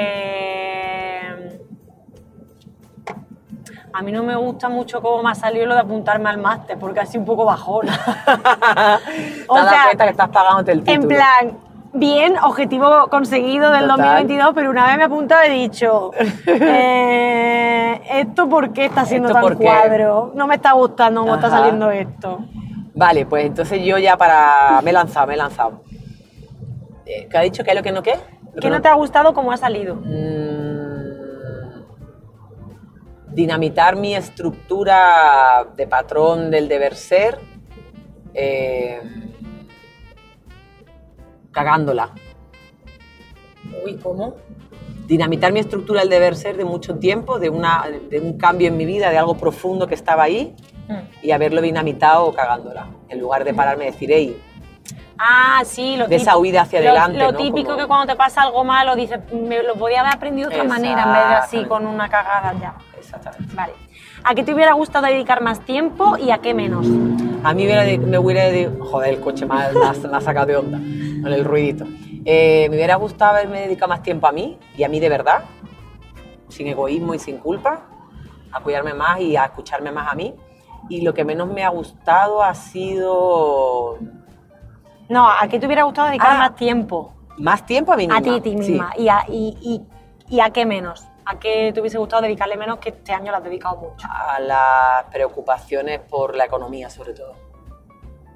B: A mí no me gusta mucho cómo me ha salido lo de apuntarme al máster, porque así un poco bajona.
A: Te
B: O
A: has dado
B: sea,
A: cuenta que estás pagándote el título.
B: En plan, bien, objetivo conseguido del
A: Total.
B: 2022, pero una vez me he apuntado y he dicho, eh, ¿esto por qué está siendo
A: ¿Esto
B: tan
A: por qué?
B: cuadro? No me está gustando cómo está
A: Ajá.
B: saliendo esto.
A: Vale, pues entonces yo ya para... Me he lanzado, me he lanzado. Eh, ¿Qué ha dicho? ¿Qué es lo que no qué? Lo
B: ¿Qué no te ha gustado cómo ha salido?
A: Mm. dinamitar mi estructura de patrón del deber ser, eh, cagándola.
B: Uy, ¿cómo?
A: Dinamitar mi estructura del deber ser de mucho tiempo, de, una, de un cambio en mi vida, de algo profundo que estaba ahí, y haberlo dinamitado cagándola. En lugar de pararme y decir, hey,
B: Ah, sí, lo
A: de esa
B: típico.
A: huida hacia
B: Lo-
A: adelante.
B: Lo,
A: ¿no?
B: típico
A: Como-
B: que cuando te pasa algo malo dices, me lo podía haber aprendido de otra manera en vez de así
A: Exactamente.
B: con una cagada ya.
A: Exactamente.
B: Vale. ¿A qué te hubiera gustado dedicar más tiempo y a qué menos?
A: A mí me hubiera, de- me hubiera de- joder, el coche me ha, me ha- me ha sacado de onda con el ruidito. Eh, me hubiera gustado haberme dedicado más tiempo a mí y a mí de verdad, sin egoísmo y sin culpa, a cuidarme más y a escucharme más a mí. Y lo que menos me ha gustado ha sido
B: No, ¿a qué te hubiera gustado dedicar
A: Ah,
B: más tiempo?
A: más tiempo a mí misma.
B: A ti, ti
A: sí.
B: misma. Y, a, y, y- y a qué menos? ¿A qué te hubiese gustado dedicarle menos que este año lo has dedicado mucho?
A: a las preocupaciones por la economía, sobre todo.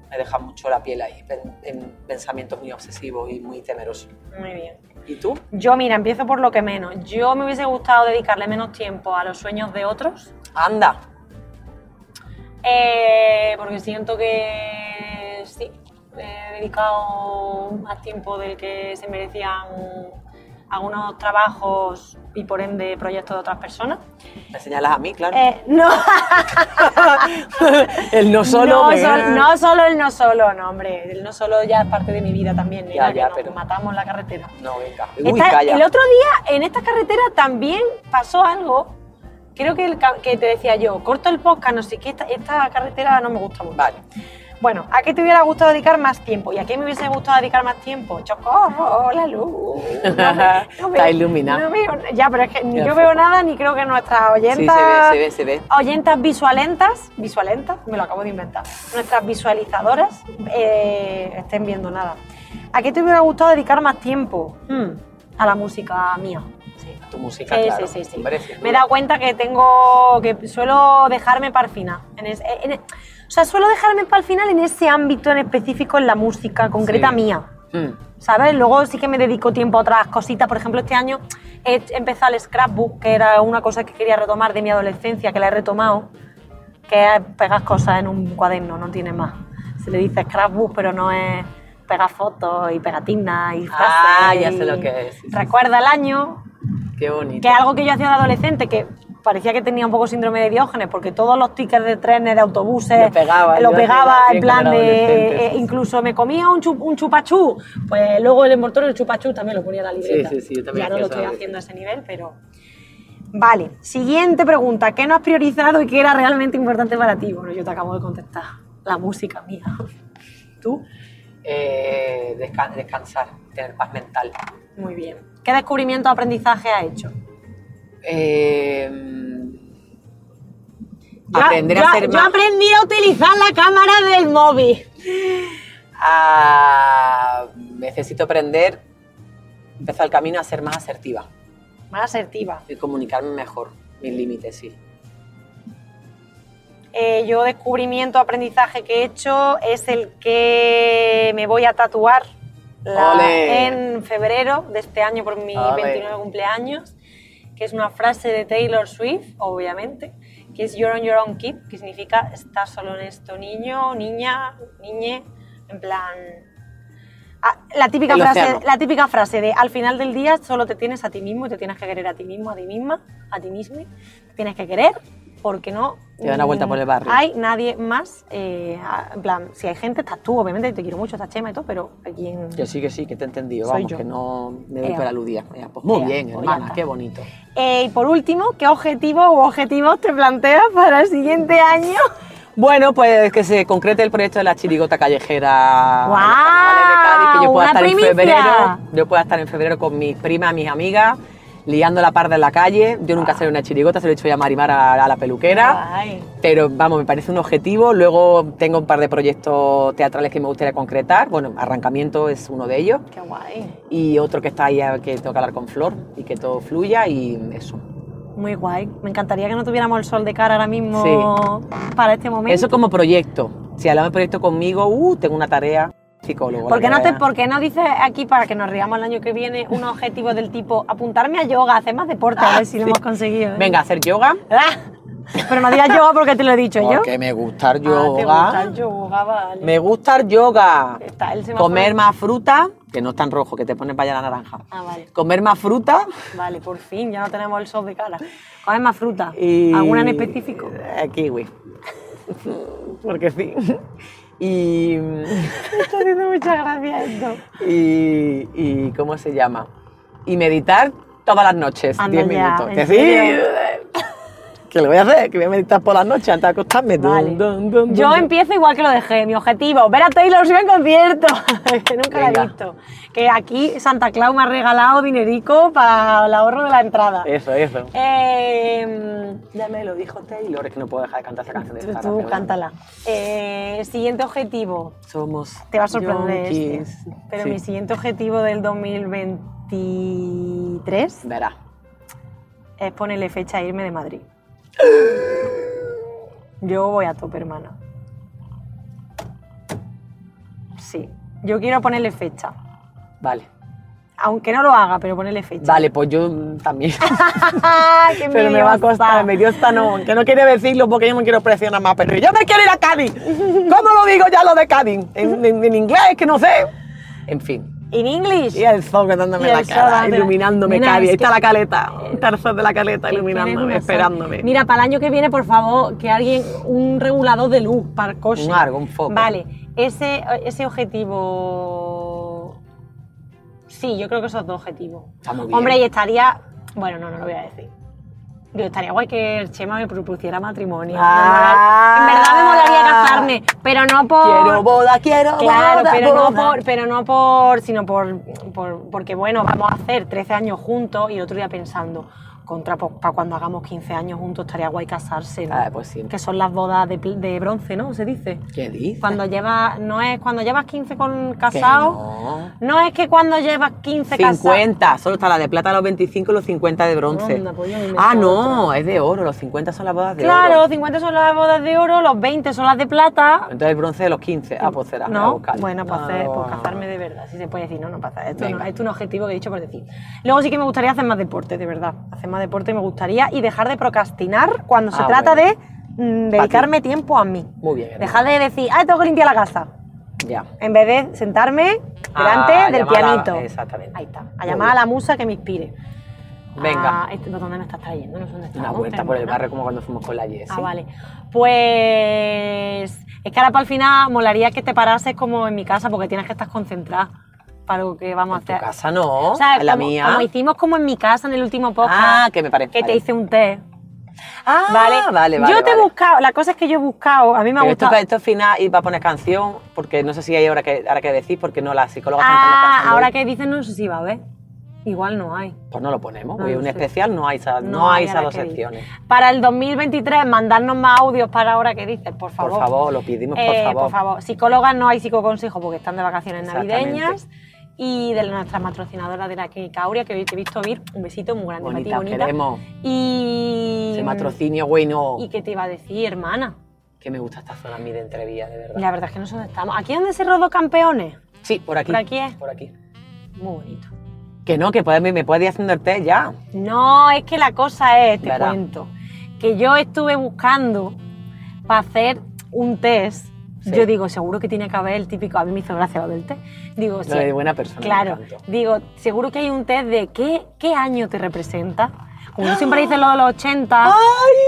A: Me deja mucho la piel ahí, pen- en pensamientos muy obsesivos y muy temerosos.
B: Muy bien.
A: ¿Y tú?
B: Yo, mira, empiezo por lo que menos. Yo me hubiese gustado dedicarle menos tiempo a los sueños de otros.
A: Anda,
B: Eh, porque siento que sí, he dedicado más tiempo del que se merecían algunos trabajos y por ende proyectos de otras personas.
A: me señalas a mí, claro.
B: Eh, no,
A: El no solo.
B: no,
A: me-
B: sol- no solo el no solo, no hombre, el no solo ya es parte de mi vida también,
A: Ya,
B: nena, que
A: ya,
B: nos
A: pero-
B: matamos en la carretera.
A: No, venga. Uy,
B: Esta-
A: calla.
B: el otro día en esta carretera también pasó algo, creo que, el ca- que te decía yo, corto el podcast, no sé qué, esta, esta carretera no me gusta mucho.
A: Vale.
B: Bueno, ¿a qué te hubiera gustado dedicar más tiempo? ¿Y a qué me hubiese gustado dedicar más tiempo? Chocorro, la
A: Uh,
B: luz.
A: Está iluminada.
B: no veo- ya, pero es que ni
A: Ya
B: yo
A: fue.
B: veo nada ni creo que nuestras
A: Sí, se
B: oyentas.
A: ve, se ve, se ve.
B: Oyentas visualentas, visualentas, me lo acabo de inventar. Nuestras visualizadoras eh, estén viendo nada. ¿A qué te hubiera gustado dedicar más tiempo? Hmm, a la música mía. Sí.
A: Tu música,
B: Sí,
A: claro.
B: sí, sí, sí.
A: Hombre, sin
B: Me
A: duda.
B: he dado cuenta que tengo. que suelo dejarme para el final. En es- en- en- o sea, suelo dejarme para el final en ese ámbito en específico, en la música concreta
A: Sí.
B: mía.
A: Mm,
B: ¿Sabes? Luego sí que me dedico tiempo a otras cositas. Por ejemplo, este año he empezado el scrapbook, que era una cosa que quería retomar de mi adolescencia, que la he retomado, que es pegar cosas en un cuaderno, no tiene más. Se le dice scrapbook, pero no es pegar fotos y pegatinas y frases.
A: Ah, ya
B: y
A: sé lo que es, sí, sí,
B: Recuerda el año,
A: Qué bonito.
B: que es algo que yo hacía de adolescente, que parecía que tenía un poco síndrome de Diógenes, porque todos los tickets de trenes, de autobuses, eh,
A: Lo pegaba,
B: lo
A: yo
B: pegaba
A: hacía
B: en
A: también cuando
B: plan
A: era
B: de...
A: adolescente,
B: eh,
A: sí,
B: incluso me comía un, chup- un chupachú, pues luego el envoltorio del chupachú también lo ponía en la libreta.
A: Sí, sí, sí, yo también
B: ya no
A: hacía
B: lo
A: eso
B: estoy
A: de
B: haciendo a ese nivel, pero... Vale, siguiente pregunta. ¿Qué no has priorizado y qué era realmente importante para ti? Bueno, yo te acabo de contestar. La música mía. ¿Tú?
A: Eh, desca- descansar, tener paz mental.
B: Muy bien. ¿Qué descubrimiento o aprendizaje has hecho?
A: Eh, mm,
B: Yo-
A: aprender
B: yo-
A: a ser
B: yo
A: más.
B: aprendí a utilizar la cámara del móvil.
A: a- necesito aprender, empezar el camino a ser más asertiva
B: Más asertiva.
A: y comunicarme mejor mis límites, sí.
B: Eh, yo descubrimiento, aprendizaje que he hecho es el que me voy a tatuar la-
A: Ole.
B: en febrero de este año por mi
A: Ole.
B: 29 cumpleaños, que es una frase de Taylor Swift, obviamente, que es You're on your own kid, que significa estás solo en esto, niño, niña, niñe, en plan... Ah, la, típica
A: El
B: frase,
A: océano.
B: la típica frase de al final del día solo te tienes a ti mismo y te tienes que querer a ti mismo, a ti misma, a ti mismo. Te tienes que querer porque no
A: Te da una vuelta
B: Mm,
A: por el barrio.
B: Hay nadie más. eh, a- en plan, si hay gente, estás tú, obviamente, te quiero mucho, estás Chema y todo, pero aquí en.
A: Que sí, que sí, que te he entendido.
B: Soy
A: Vamos,
B: yo.
A: que no me doy
B: Ea.
A: por aludida. Ea, pues muy
B: Ea,
A: bien,
B: pues ya
A: hermana,
B: está.
A: qué bonito.
B: Eh, y por último, ¿qué objetivo o objetivos te planteas para el siguiente año?
A: Bueno, pues que se concrete el proyecto de la chirigota callejera. en los
B: ¡Guau!
A: carnavales de Cádiz, que yo pueda
B: ¡Una
A: estar
B: primicia!
A: en febrero. Yo pueda estar en febrero con mis primas, mis amigas, liando la parda en la calle. Yo nunca seré una chirigota, se lo he dicho ya a Marimar a, a la peluquera.
B: Ay,
A: Pero vamos, me parece un objetivo. Luego tengo un par de proyectos teatrales que me gustaría concretar. Bueno, Arrancamiento es uno de ellos.
B: qué guay.
A: Y otro que está ahí eh, que tengo que hablar con Flor y que todo fluya y eso.
B: Muy guay. Me encantaría que no tuviéramos el sol de cara ahora mismo para este momento.
A: Eso como proyecto. Si hablamos de proyecto conmigo, uh, tengo una tarea psicólogo.
B: ¿Por
A: la
B: qué, no
A: que
B: te,
A: vea.
B: por qué no dices aquí para que nos riamos el año que viene un objetivo del tipo apuntarme a yoga, hacer más deporte, a ver si lo hemos conseguido? ¿eh?
A: Venga, hacer yoga,
B: Ah, Pero no digas yoga porque te lo he dicho yo.
A: Porque me gusta
D: Ah,
A: el
D: te
A: yoga.
D: gusta el yoga, vale.
A: me gusta el yoga.
D: Está el semáforo.
A: Comer más fruta, que no es tan rojo, que te pones para allá la naranja.
D: Ah, vale.
A: Comer más fruta.
D: Vale, por fin, ya no tenemos el sol de cara. Comer más fruta.
A: y-
D: ¿Alguna en específico?
A: Eh, kiwi. Porque sí. Y,
D: Está haciendo muchas gracias esto.
A: y, y. ¿Cómo se llama? Y meditar todas las noches,
B: Anda
A: 10
B: ya,
A: minutos.
B: ¿en
A: Que
B: serio?
A: sí. Que lo voy a hacer, que voy a meditar por las noches antes de acostarme. Dun,
B: Vale.
A: dun, dun,
B: Yo
A: dun.
B: empiezo igual que lo dejé. Mi objetivo, ver a Taylor Swift en concierto, que nunca la
A: Venga.
B: he visto. Que aquí Santa Claus me ha regalado dinerico para el ahorro de la entrada.
A: Eso, eso.
B: Eh,
A: Ya me lo dijo Taylor, es que no puedo dejar de cantar esa canción. de
B: tú,
A: Sara,
B: tú
A: perdón.
B: cántala. Eh, siguiente objetivo.
A: Somos.
B: Te va a sorprender este.
A: yonkis.
B: Pero
A: Sí.
B: mi siguiente objetivo del 2023
A: Verá.
B: es ponerle fecha a irme de Madrid. Yo voy a tope, hermana. Sí. Yo quiero ponerle fecha.
A: Vale.
B: Aunque no lo haga, pero ponerle fecha.
A: Vale, pues yo mm, también.
B: ¡Ay, qué
A: pero me va a costar,
B: envidiosa!
A: envidiosa no, que no quiere decirlo porque yo no quiero presionar más, pero yo me quiero ir a Cádiz. ¿Cómo lo digo ya lo de Cádiz? En, en- en inglés, que no sé. En fin.
B: In English.
A: Y el sol dándome
B: Y
A: la
B: el sol
A: cara,
B: dándome la-
A: iluminándome
B: Mira,
A: Cádiz.
B: es
A: Ahí está
B: que-
A: la caleta, está el sol de la caleta
B: Que tienes
A: iluminándome,
B: una
A: esperándome.
B: sal. Mira, para el año que viene, por favor, que alguien, un regulador de luz para el coche.
A: Un algo, un foco.
B: Vale, ese, ese objetivo. Sí, yo creo que esos dos objetivos.
A: Está muy bien.
B: Hombre, y estaría. Bueno, no, no lo voy a decir. Digo, estaría guay que el Chema me propusiera matrimonio. Me
A: Ah.
B: mola- en verdad me molaría casarme, pero no por.
A: Quiero boda, quiero
B: Claro,
A: boda,
B: pero no,
A: boda.
B: por, pero no por, sino por, por- porque bueno, vamos a hacer 13 años juntos y otro día pensando, contra, para cuando hagamos 15 años juntos estaría guay casarse, ¿no?
A: Ah, pues sí.
B: que son las bodas de, pl- de bronce, ¿no? Se dice.
A: ¿Qué dices?
B: Cuando llevas, no es cuando llevas 15 con
A: Que
B: casado,
A: no.
B: no. es que cuando llevas 15 casados.
A: 50, solo está la de plata a los 25 y los 50 de bronce.
B: Anda, pues yo me invento
A: ah, no, es de oro, los 50 son las bodas de
B: Claro,
A: oro.
B: 50 son las bodas de oro, los 20 son las de plata.
A: Entonces el bronce de los 15. Ah, pues será. voy a
B: No,
A: buscar.
B: bueno, pues,
A: Ah,
B: hacer,
A: no,
B: pues
A: no, no.
B: casarme de verdad, si se puede decir, no, no pasa. Esto no,
A: Venga.
B: esto es un objetivo que he dicho por decir. Luego sí que me gustaría hacer más deporte, de verdad. Hacer más deporte me gustaría y dejar de procrastinar cuando se
A: Ah,
B: trata
A: bueno.
B: de mm, dedicarme tiempo a mí.
A: Muy bien.
B: Dejar de decir, ah, tengo que limpiar la casa.
A: Ya.
B: En vez de sentarme delante
A: Ah,
B: del
A: llamar a la-
B: pianito.
A: exactamente.
B: Ahí está. A
A: Muy
B: llamar a
A: bien.
B: la musa que me inspire.
A: Venga.
B: Ah, este- ¿Dónde me estás trayendo? No sé dónde
A: Una
B: estamos,
A: vuelta por el
B: hermana.
A: barrio como cuando fuimos con la Jess.
B: Ah, vale. Pues es que ahora para el final molaría que te parases como en mi casa porque tienes que estar concentrada para lo que vamos
A: En
B: a
A: tu
B: hacer.
A: casa no,
B: O sea,
A: en la
B: como,
A: mía.
B: como hicimos como en mi casa en el último podcast.
A: Ah, que me parece,
B: Que
A: vale.
B: te hice un té.
A: ah,
B: vale.
A: vale, vale.
B: Yo te he
A: vale.
B: buscado, la cosa es que yo he buscado, a mí me ha
A: Pero esto,
B: gustado.
A: esto es final y va a poner canción, porque no sé si hay ahora que, ahora que decís, porque no, la psicóloga
B: ah, ahora que dicen no sé si va a haber. Igual no hay.
A: Pues no lo ponemos,
B: No
A: hoy
B: lo
A: un
B: sé.
A: especial no hay, esa- no, hay esas
B: ahora
A: dos
B: que dices.
A: secciones.
B: Para el 2023, mandarnos más audios para ahora que dices, por favor.
A: Por favor, lo pedimos,
B: Eh,
A: por favor.
B: Psicólogas no hay psicoconsejo porque están de vacaciones
A: Exactamente.
B: navideñas. Y de nuestra patrocinadora de la clínica Aurea, que hoy te he visto vir, un besito muy grande
A: Bonita,
B: para ti, bonita.
A: queremos.
B: Y,
A: Ese matrocinio, güey, no.
B: ¿Y qué te iba a decir, hermana?
A: Que me gusta esta zona a mí de entrevía, de verdad.
B: La verdad es que no sé dónde estamos. ¿Aquí es donde se rodó Campeones?
A: Sí, por aquí.
B: ¿Por aquí es?
A: Por aquí.
B: Muy bonito.
A: Que no, que puedes- me puedes ir haciendo el té ya.
B: No, es que la cosa es, te
A: Verá.
B: cuento, que yo estuve buscando para hacer un test.
A: Sí.
B: Yo digo, seguro que tiene que haber el típico, a mí me hizo gracia lo del test. Digo,
A: Lo
B: sí,
A: de buena persona. me
B: claro,
A: encantó.
B: digo, seguro que hay un test de qué, qué año te representa. Como yo siempre dice lo de los 80,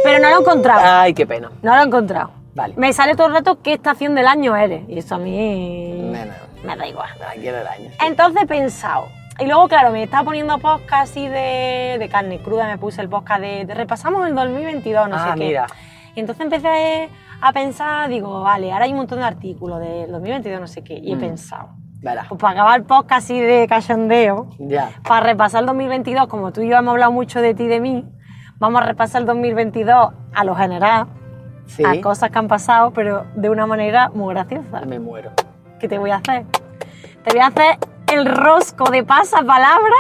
B: pero no lo he encontrado.
A: Ay, qué pena.
B: No lo he encontrado.
A: Ah. Vale.
B: Me sale todo el rato qué estación del año eres. Y eso a mí
A: Nena,
B: me da igual.
A: aquí era el año.
B: Entonces he pensado. Y luego, claro, me estaba poniendo podcast así de, de carne cruda, me puse el podcast de, de repasamos el 2022, no
A: ah,
B: sé qué.
A: mira.
B: Y entonces empecé a pensar, digo, vale, ahora hay un montón de artículos de 2022, no sé qué. Y he
A: Mm.
B: pensado,
A: Verá.
B: pues para acabar el podcast así de cachondeo,
A: Ya.
B: para repasar el 2022, como tú y yo hemos hablado mucho de ti y de mí, vamos a repasar el 2022 a lo general,
A: Sí.
B: a cosas que han pasado, pero de una manera muy graciosa.
A: Me muero.
B: ¿Qué te voy a hacer? Te voy a hacer el rosco de pasapalabra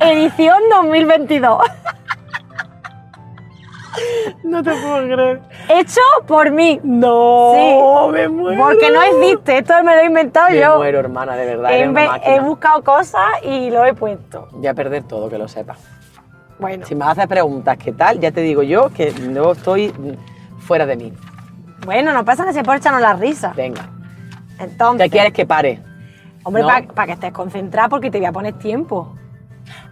B: edición 2022.
A: No te puedo creer.
B: Hecho por mí.
A: No, me muero.
B: Porque no existe, esto me lo he inventado
A: Me
B: yo. eh,
A: muero, hermana, de verdad.
B: He,
A: eres una
B: inve- he
A: máquina.
B: buscado cosas y lo he puesto.
A: Voy a perder todo, que lo sepas.
B: Bueno,
A: Si me haces preguntas, ¿qué tal? Ya te digo yo que no estoy mm, fuera de mí.
B: bueno, no pasa que se porchan la risa.
A: Venga.
B: Entonces,
A: ¿Qué quieres que pare?
B: hombre,
A: no.
B: para que estés concentrada porque te voy a poner tiempo.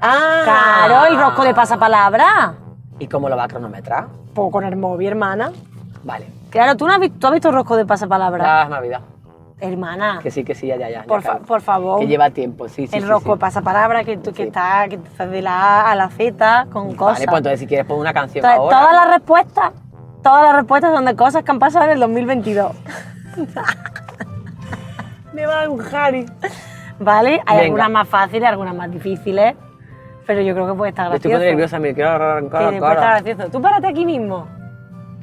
A: Ah,
B: Claro, el rosco de pasapalabra.
A: ¿Y cómo lo va a cronometrar?
B: Pues con el móvil, hermana.
A: Vale.
B: Claro, tú no has visto, tú has visto el rosco de pasapalabra.
A: Ah, Navidad.
B: Hermana,
A: Que sí, que sí, ya, ya, ya.
B: por,
A: ya
B: fa-
A: acabo.
B: por favor.
A: Que lleva tiempo, sí, sí.
B: el
A: sí,
B: rosco de
A: sí.
B: pasapalabra que, tú- que
A: Sí.
B: está que está de la A a la Z con cosas.
A: Vale, pues entonces si quieres poner una canción
B: Entonces,
A: ahora.
B: todas las respuestas, todas las respuestas son de cosas que han pasado en el 2022.
D: Me va a un jari.
B: ¿Vale? Hay
A: ¿eh? Venga.
B: algunas más fáciles, algunas más difíciles, pero yo creo que puede estar
A: Me
B: gracioso.
A: estoy poniendo nerviosa, me quiero ahorrar
B: Que puede estar gracioso. Tú párate aquí mismo,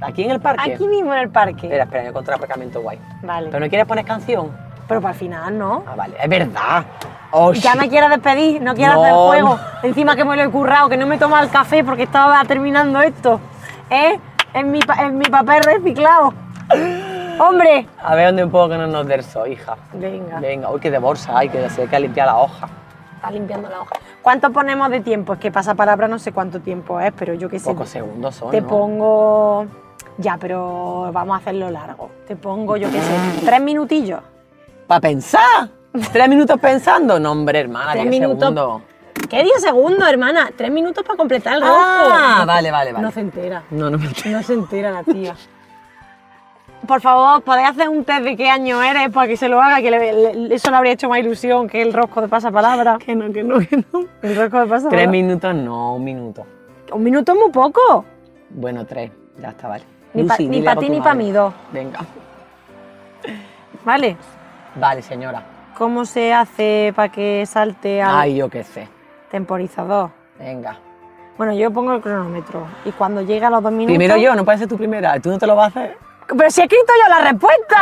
A: Aquí en el parque.
B: aquí mismo en el parque.
A: Espera, espera, yo encontré aparcamiento guay.
B: Vale,
A: ¿Pero
B: pero,
A: no quieres poner canción?
B: para el final, ¿no?
A: Ah, vale, es verdad. Oh,
B: Ya
A: shit.
B: me quieras despedir, no quieras
A: No,
B: hacer juego.
A: no.
B: Encima que me lo he currado, que no me he tomado el café porque estaba terminando esto. ¿Eh? En mi, pa- en mi papel reciclado. ¡Hombre!
A: A ver dónde puedo ganarnos del sol, hija.
B: Venga,
A: Venga, uy, que de bolsa hay, que se hay que limpiar la hoja.
B: está limpiando la hoja. ¿Cuánto ponemos de tiempo? Es que pasa palabra, no sé cuánto tiempo es, pero yo qué sé.
A: Pocos segundos son,
B: Te
A: ¿no?
B: pongo. Ya, pero vamos a hacerlo largo. Te pongo, yo qué sé,
A: Mm.
B: tres minutillos.
A: ¿Para pensar? ¿Tres minutos pensando? No, hombre, hermana,
B: Tres
A: Ah, diez
B: minutos.
A: segundos.
B: ¿Qué 10 segundos, hermana? Tres minutos para completar el rosco.
A: Ah, vale, vale, vale.
B: No se entera.
A: No, no me entiendo.
B: No se entera la tía. Por favor, ¿podéis hacer un test de qué año eres para que se lo haga? Que le- le- eso le habría hecho más ilusión que el rosco de pasapalabra. Que no, que no, que no. El rosco de
A: Tres
B: pasapalabra.
A: minutos, no, un minuto.
B: Un minuto es muy poco.
A: Bueno, tres. Ya está, vale.
B: Ni pa- ni
A: dile
B: pa'
A: algo a
B: ti
A: tu
B: ni pa'
A: madre.
B: mí, dos.
A: Venga.
B: ¿Vale?
A: Vale, señora.
B: ¿Cómo se hace para que salte al
A: Ay, yo qué sé.
B: temporizador?
A: Venga.
B: Bueno, yo pongo el cronómetro y cuando llega a los dos minutos.
A: Primero yo, no puede ser tu primera. ¿Tú no te lo vas a hacer?
B: Pero si he escrito yo la respuesta.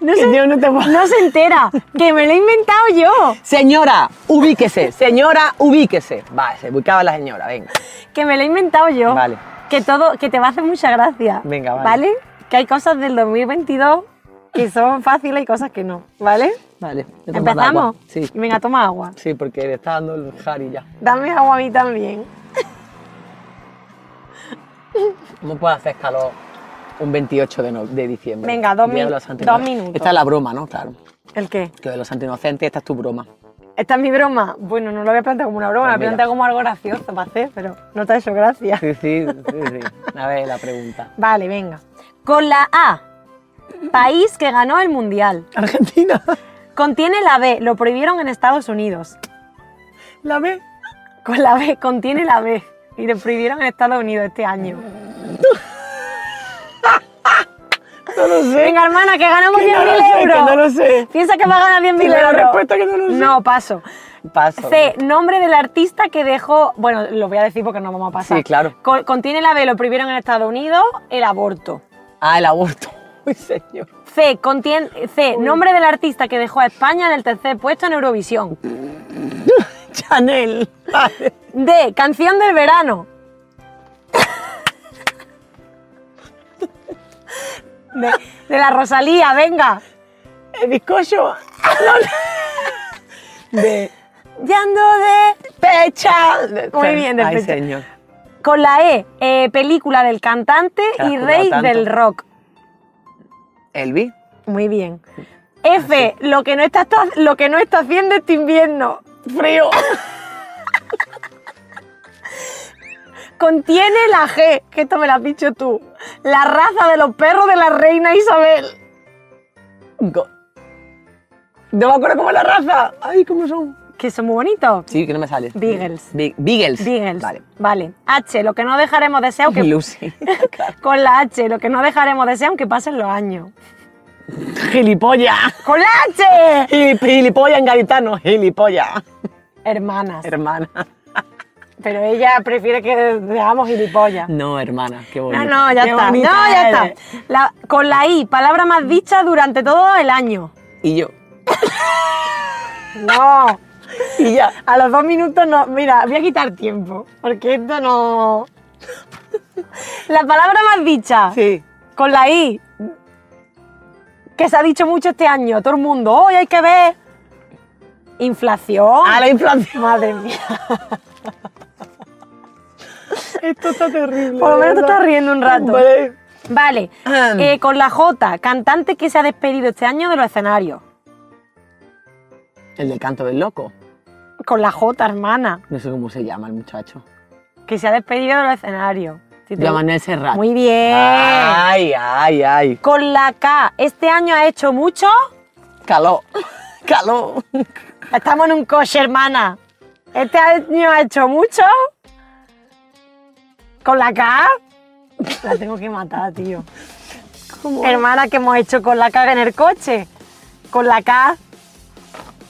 B: No se, no se entera, que me lo he inventado yo.
A: Señora, ubíquese. Señora, ubíquese. Vale, se ubicaba la señora, venga.
B: Que me lo he inventado yo.
A: Vale.
B: Que todo, que te va a hacer mucha gracia.
A: Venga, vale.
B: Que hay cosas del 2022 que son fáciles y cosas que no, ¿vale?
A: Vale. voy a tomar
B: ¿Empezamos?
A: agua. Sí.
B: Venga, toma agua.
A: Sí, porque le está dando el jari ya.
B: Dame agua a mí también.
A: ¿Cómo puede hacer calor un 28 de, no- de diciembre?
B: Venga, dos
A: Día de
B: min-
A: los Santos
B: dos
A: Inocentes.
B: minutos.
A: Esta es la broma, ¿no? Claro.
B: ¿El qué?
A: Que de los antinocentes, esta es tu broma.
B: ¿Esta es mi broma? Bueno, no lo había planteado como una broma,
A: Pues
B: lo había
A: mira.
B: planteado como algo gracioso para hacer, pero no te ha hecho gracia.
A: Sí, sí, sí, sí. A ver, la pregunta.
B: Vale, venga. Con la A, país que ganó el mundial.
A: Argentina.
B: Contiene la B, lo prohibieron en Estados Unidos.
A: La B.
B: Con la B, contiene la B. Y lo prohibieron en Estados Unidos este año.
A: No lo sé.
B: Venga, hermana, que ganamos 10.000 euros.
A: sé.
B: Piensa que va a ganar 10.000
A: Dime la
B: euros.
A: respuesta que no lo sé.
B: No, paso.
A: Paso.
B: C, nombre del artista que dejó. Bueno, lo voy a decir porque no vamos a pasar.
A: Sí, claro.
B: Co- contiene la B, lo prohibieron en Estados Unidos, el aborto.
A: Ah, el aborto. Uy, señor.
B: C, contien- C nombre del artista que dejó a España en el tercer puesto en Eurovisión.
A: Chanel. Vale.
B: D, canción del verano. De, de la Rosalía, venga.
A: El bizcocho. De
B: Ya ando de...
A: pecha.
B: Muy bien, de
A: Ay,
B: pecha.
A: señor.
B: Con la E, eh, película del cantante
A: Te la
B: y
A: has
B: rey
A: currado tanto.
B: del rock.
A: Elvi.
B: Muy bien.
A: Ah,
B: F, lo que no está, está- lo que no está haciendo este invierno.
A: Frío.
B: Contiene la G, que esto me lo has dicho tú. La raza de los perros de la reina Isabel.
A: Go- No me acuerdo cómo es la raza. Ay, ¿cómo son?
B: Que son muy bonitos.
A: Sí, que no me sale.
B: Beagles.
A: Be- Beagles.
B: Beagles.
A: Vale.
B: Vale. H, lo que no dejaremos de ser aunque
A: Lucy.
B: Con la H, lo que no dejaremos de ser aunque pasen los años.
A: Gilipollas.
B: ¡Con la H!
A: Gili- Gilipollas en gaditano. Gilipollas.
B: Hermanas.
A: Hermana.
B: Pero ella prefiere que seamos gilipollas.
A: No, hermana. Qué bonito.
B: No, no, ya
A: Qué
B: está. No,
A: bonita
B: ya está.
A: eres.
B: La- con la I, palabra más dicha durante todo el año.
A: Y yo.
B: No.
A: Y ya.
B: A los dos minutos no. Mira, voy a quitar tiempo. Porque esto no. La palabra más dicha.
A: Sí.
B: Con la I. Que se ha dicho mucho este año. Todo el mundo. Hoy hay que ver. Inflación.
A: ¡A la inflación!
B: Madre mía.
A: Esto está terrible.
B: Por lo menos te estás riendo un rato.
A: Vale.
B: Vale.
A: Ahem.
B: Eh, con la J, cantante que se ha despedido este año de los escenarios.
A: El del canto del loco.
B: Con la J, hermana,
A: No sé cómo se llama el muchacho.
B: que se ha despedido de los escenarios. Si te-
A: De Manuel Serrat.
B: Muy bien.
A: Ay, ay, ay.
B: Con la K, este año ha hecho mucho.
A: Caló. Caló.
B: Estamos en un coche, hermana. Este año ha hecho mucho. Con la K. La tengo que matar, tío. Hermana, ¿qué hemos hecho con la K en el coche? Con la K.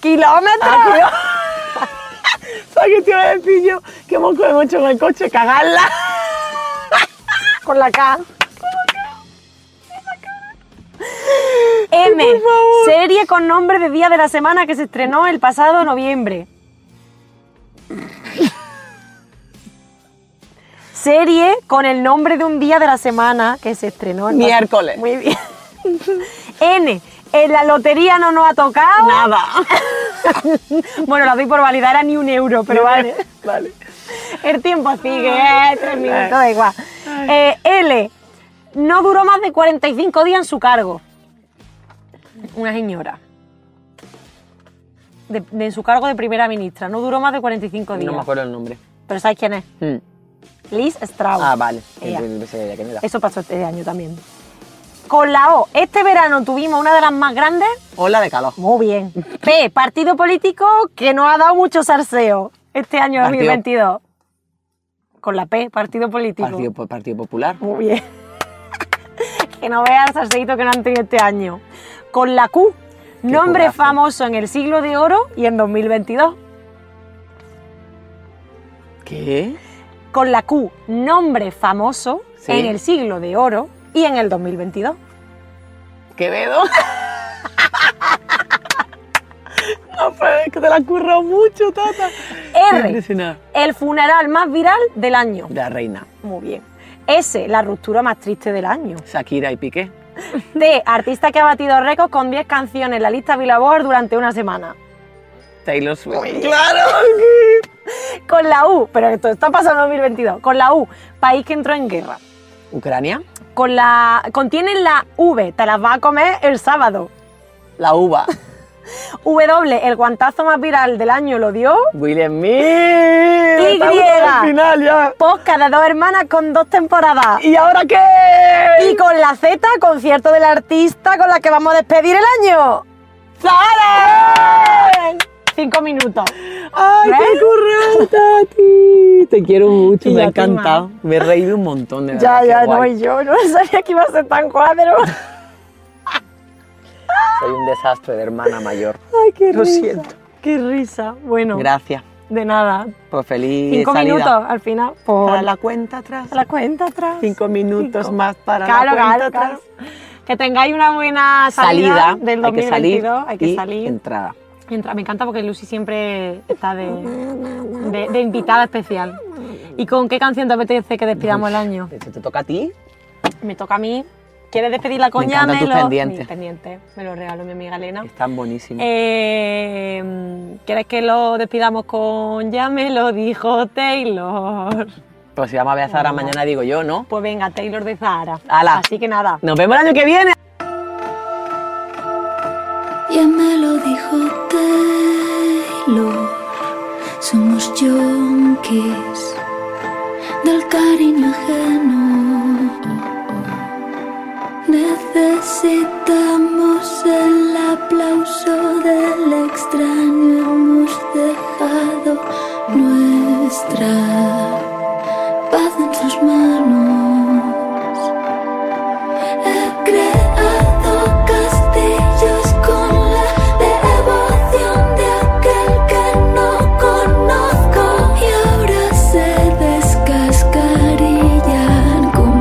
B: ¡Kilómetros!
A: ¿Sabes qué te iba a decir yo? Que hemos comido mucho en el coche, cagarla.
B: Con la K. M, serie con nombre de día de la semana que se estrenó el pasado noviembre. serie con el nombre de un día de la semana que se estrenó el pas-
A: Miércoles.
B: Muy bien. N, en la lotería no nos ha tocado.
A: Nada.
B: Bueno, la doy por válida, era ni un euro, pero vale.
A: Vale.
B: El tiempo sigue, eh, tres minutos, da igual. Eh, L, no duró más de 45 días en su cargo. Una señora. De, de- en su cargo de primera ministra, no duró más de 45 días.
A: No me acuerdo el nombre.
B: Pero ¿sabes quién es?
A: Mm.
B: Liz Strauss.
A: Ah, vale.
B: Ella.
A: Pensé que era, que no era.
B: Eso pasó este año también. Con la O, este verano tuvimos una de las más grandes.
A: Hola de calor.
B: Muy bien. P, partido político que nos ha dado mucho salseo este año
A: Partido.
B: 2022. Con la P, partido político.
A: Partido, po- Partido Popular.
B: Muy bien. que no veas el salseíto que no han tenido este año. Con la Q, nombre
A: currazo.
B: famoso en el siglo de oro y en 2022.
A: ¿Qué?
B: Con la Q, nombre famoso
A: Sí.
B: en el siglo de oro y en el 2022.
A: Quevedo. no, pero es que te la has currado mucho, Tata. Estoy
B: R,
A: impresionada.
B: el funeral más viral del año.
A: La reina.
B: Muy bien. S, la ruptura más triste del año.
A: Shakira y Piqué.
B: D, artista que ha batido récords con 10 canciones en la lista Billboard durante una semana.
A: Taylor Swift. Claro.
B: Con la U, pero esto está pasando en 2022. Con la U, país que entró en guerra.
A: Ucrania.
B: con la contienen la V, te las va a comer el sábado.
A: La uva.
B: W, el guantazo más viral del año lo dio.
A: Will Smith.
B: Y.
A: Estamos al final ya.
B: Posca de Pues dos hermanas con dos temporadas.
A: ¿Y ahora qué?
B: Y con la Z, concierto del artista con la que vamos a despedir el año.
A: ¡Sara!
B: Cinco minutos.
A: ¡Ay,
B: ¿Ves?
A: qué currado, Tati! Te quiero mucho,
B: Y
A: me ha
B: a ti, ma.
A: encantado. Me he reído un montón, de verdad.
B: Ya,
A: qué
B: ya, no,
A: guay.
B: y yo no sabía que iba a ser tan cuadro.
A: Soy un desastre de hermana mayor.
B: Ay, qué
A: Lo
B: risa.
A: siento.
B: Qué risa. Bueno,
A: Gracias.
B: de nada.
A: Pues feliz
B: Cinco
A: salida.
B: minutos al final. Por
A: Para
B: la,
A: la cuenta atrás.
B: cuenta atrás.
A: Cinco minutos
B: Cinco.
A: más para
B: Claro,
A: la cuenta
B: claro,
A: atrás.
B: claro. Que tengáis una buena salida,
A: Salida,
B: del
A: hay que salir
B: 2022. Hay que
A: y
B: salir.
A: entrada.
B: Entra- me encanta porque Lucy siempre está de, de- de invitada especial. ¿Y con qué canción te apetece que despidamos el año?
A: Esto te toca a ti.
B: Me toca a mí. ¿Quieres despedir la coña?
A: encantan tus
B: lo-
A: pendientes.
B: mis pendientes. Me lo regaló mi amiga Elena.
A: Están buenísimos.
B: Eh, ¿Quieres que lo despidamos con Ya me lo dijo Taylor?
A: Pues si vamos a ver a Zara
B: no.
A: mañana, digo yo, ¿no?
B: Pues venga, Taylor de Zahara.
A: Ala.
B: Así que nada.
A: Nos vemos el año que viene.
E: Ya me lo dijo Taylor, somos yonkis del cariño ajeno. Necesitamos el aplauso del extraño, hemos dejado nuestra paz en sus manos. He creado castillos con la devoción de aquel que no conozco y ahora se descascarillan con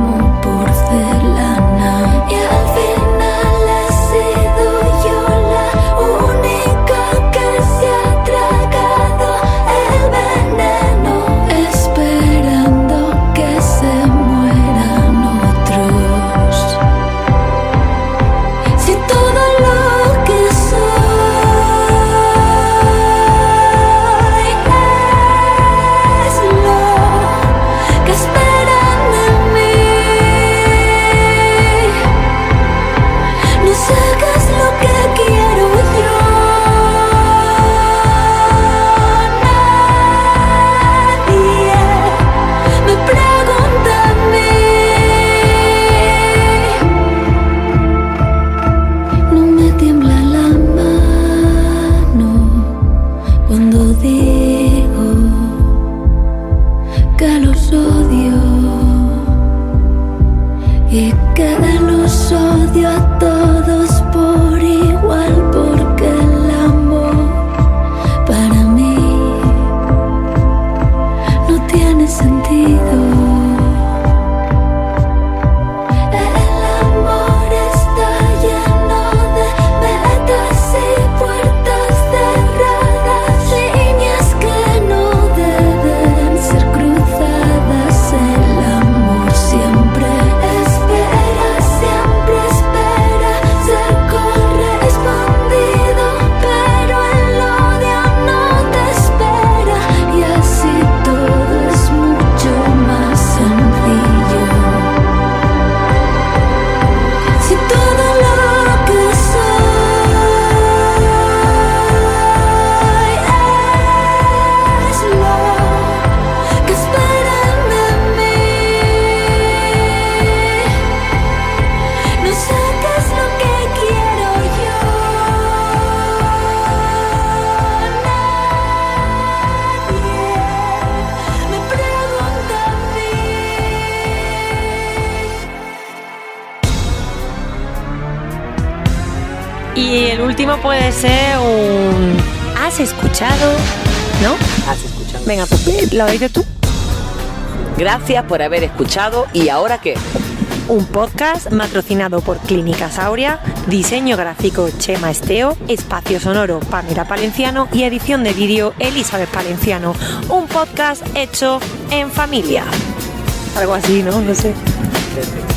F: último puede ser un... ¿Has escuchado? ¿No?
G: Has escuchado.
F: Venga, pues lo dices tú.
G: Gracias por haber escuchado. ¿Y ahora qué?
F: Un podcast patrocinado por Clínicas Aurea, diseño gráfico Chema Esteo, espacio sonoro Pamela Palenciano y edición de vídeo Elizabeth Palenciano. Un podcast hecho en familia. Algo así, ¿no? No sé.
G: Perfecto.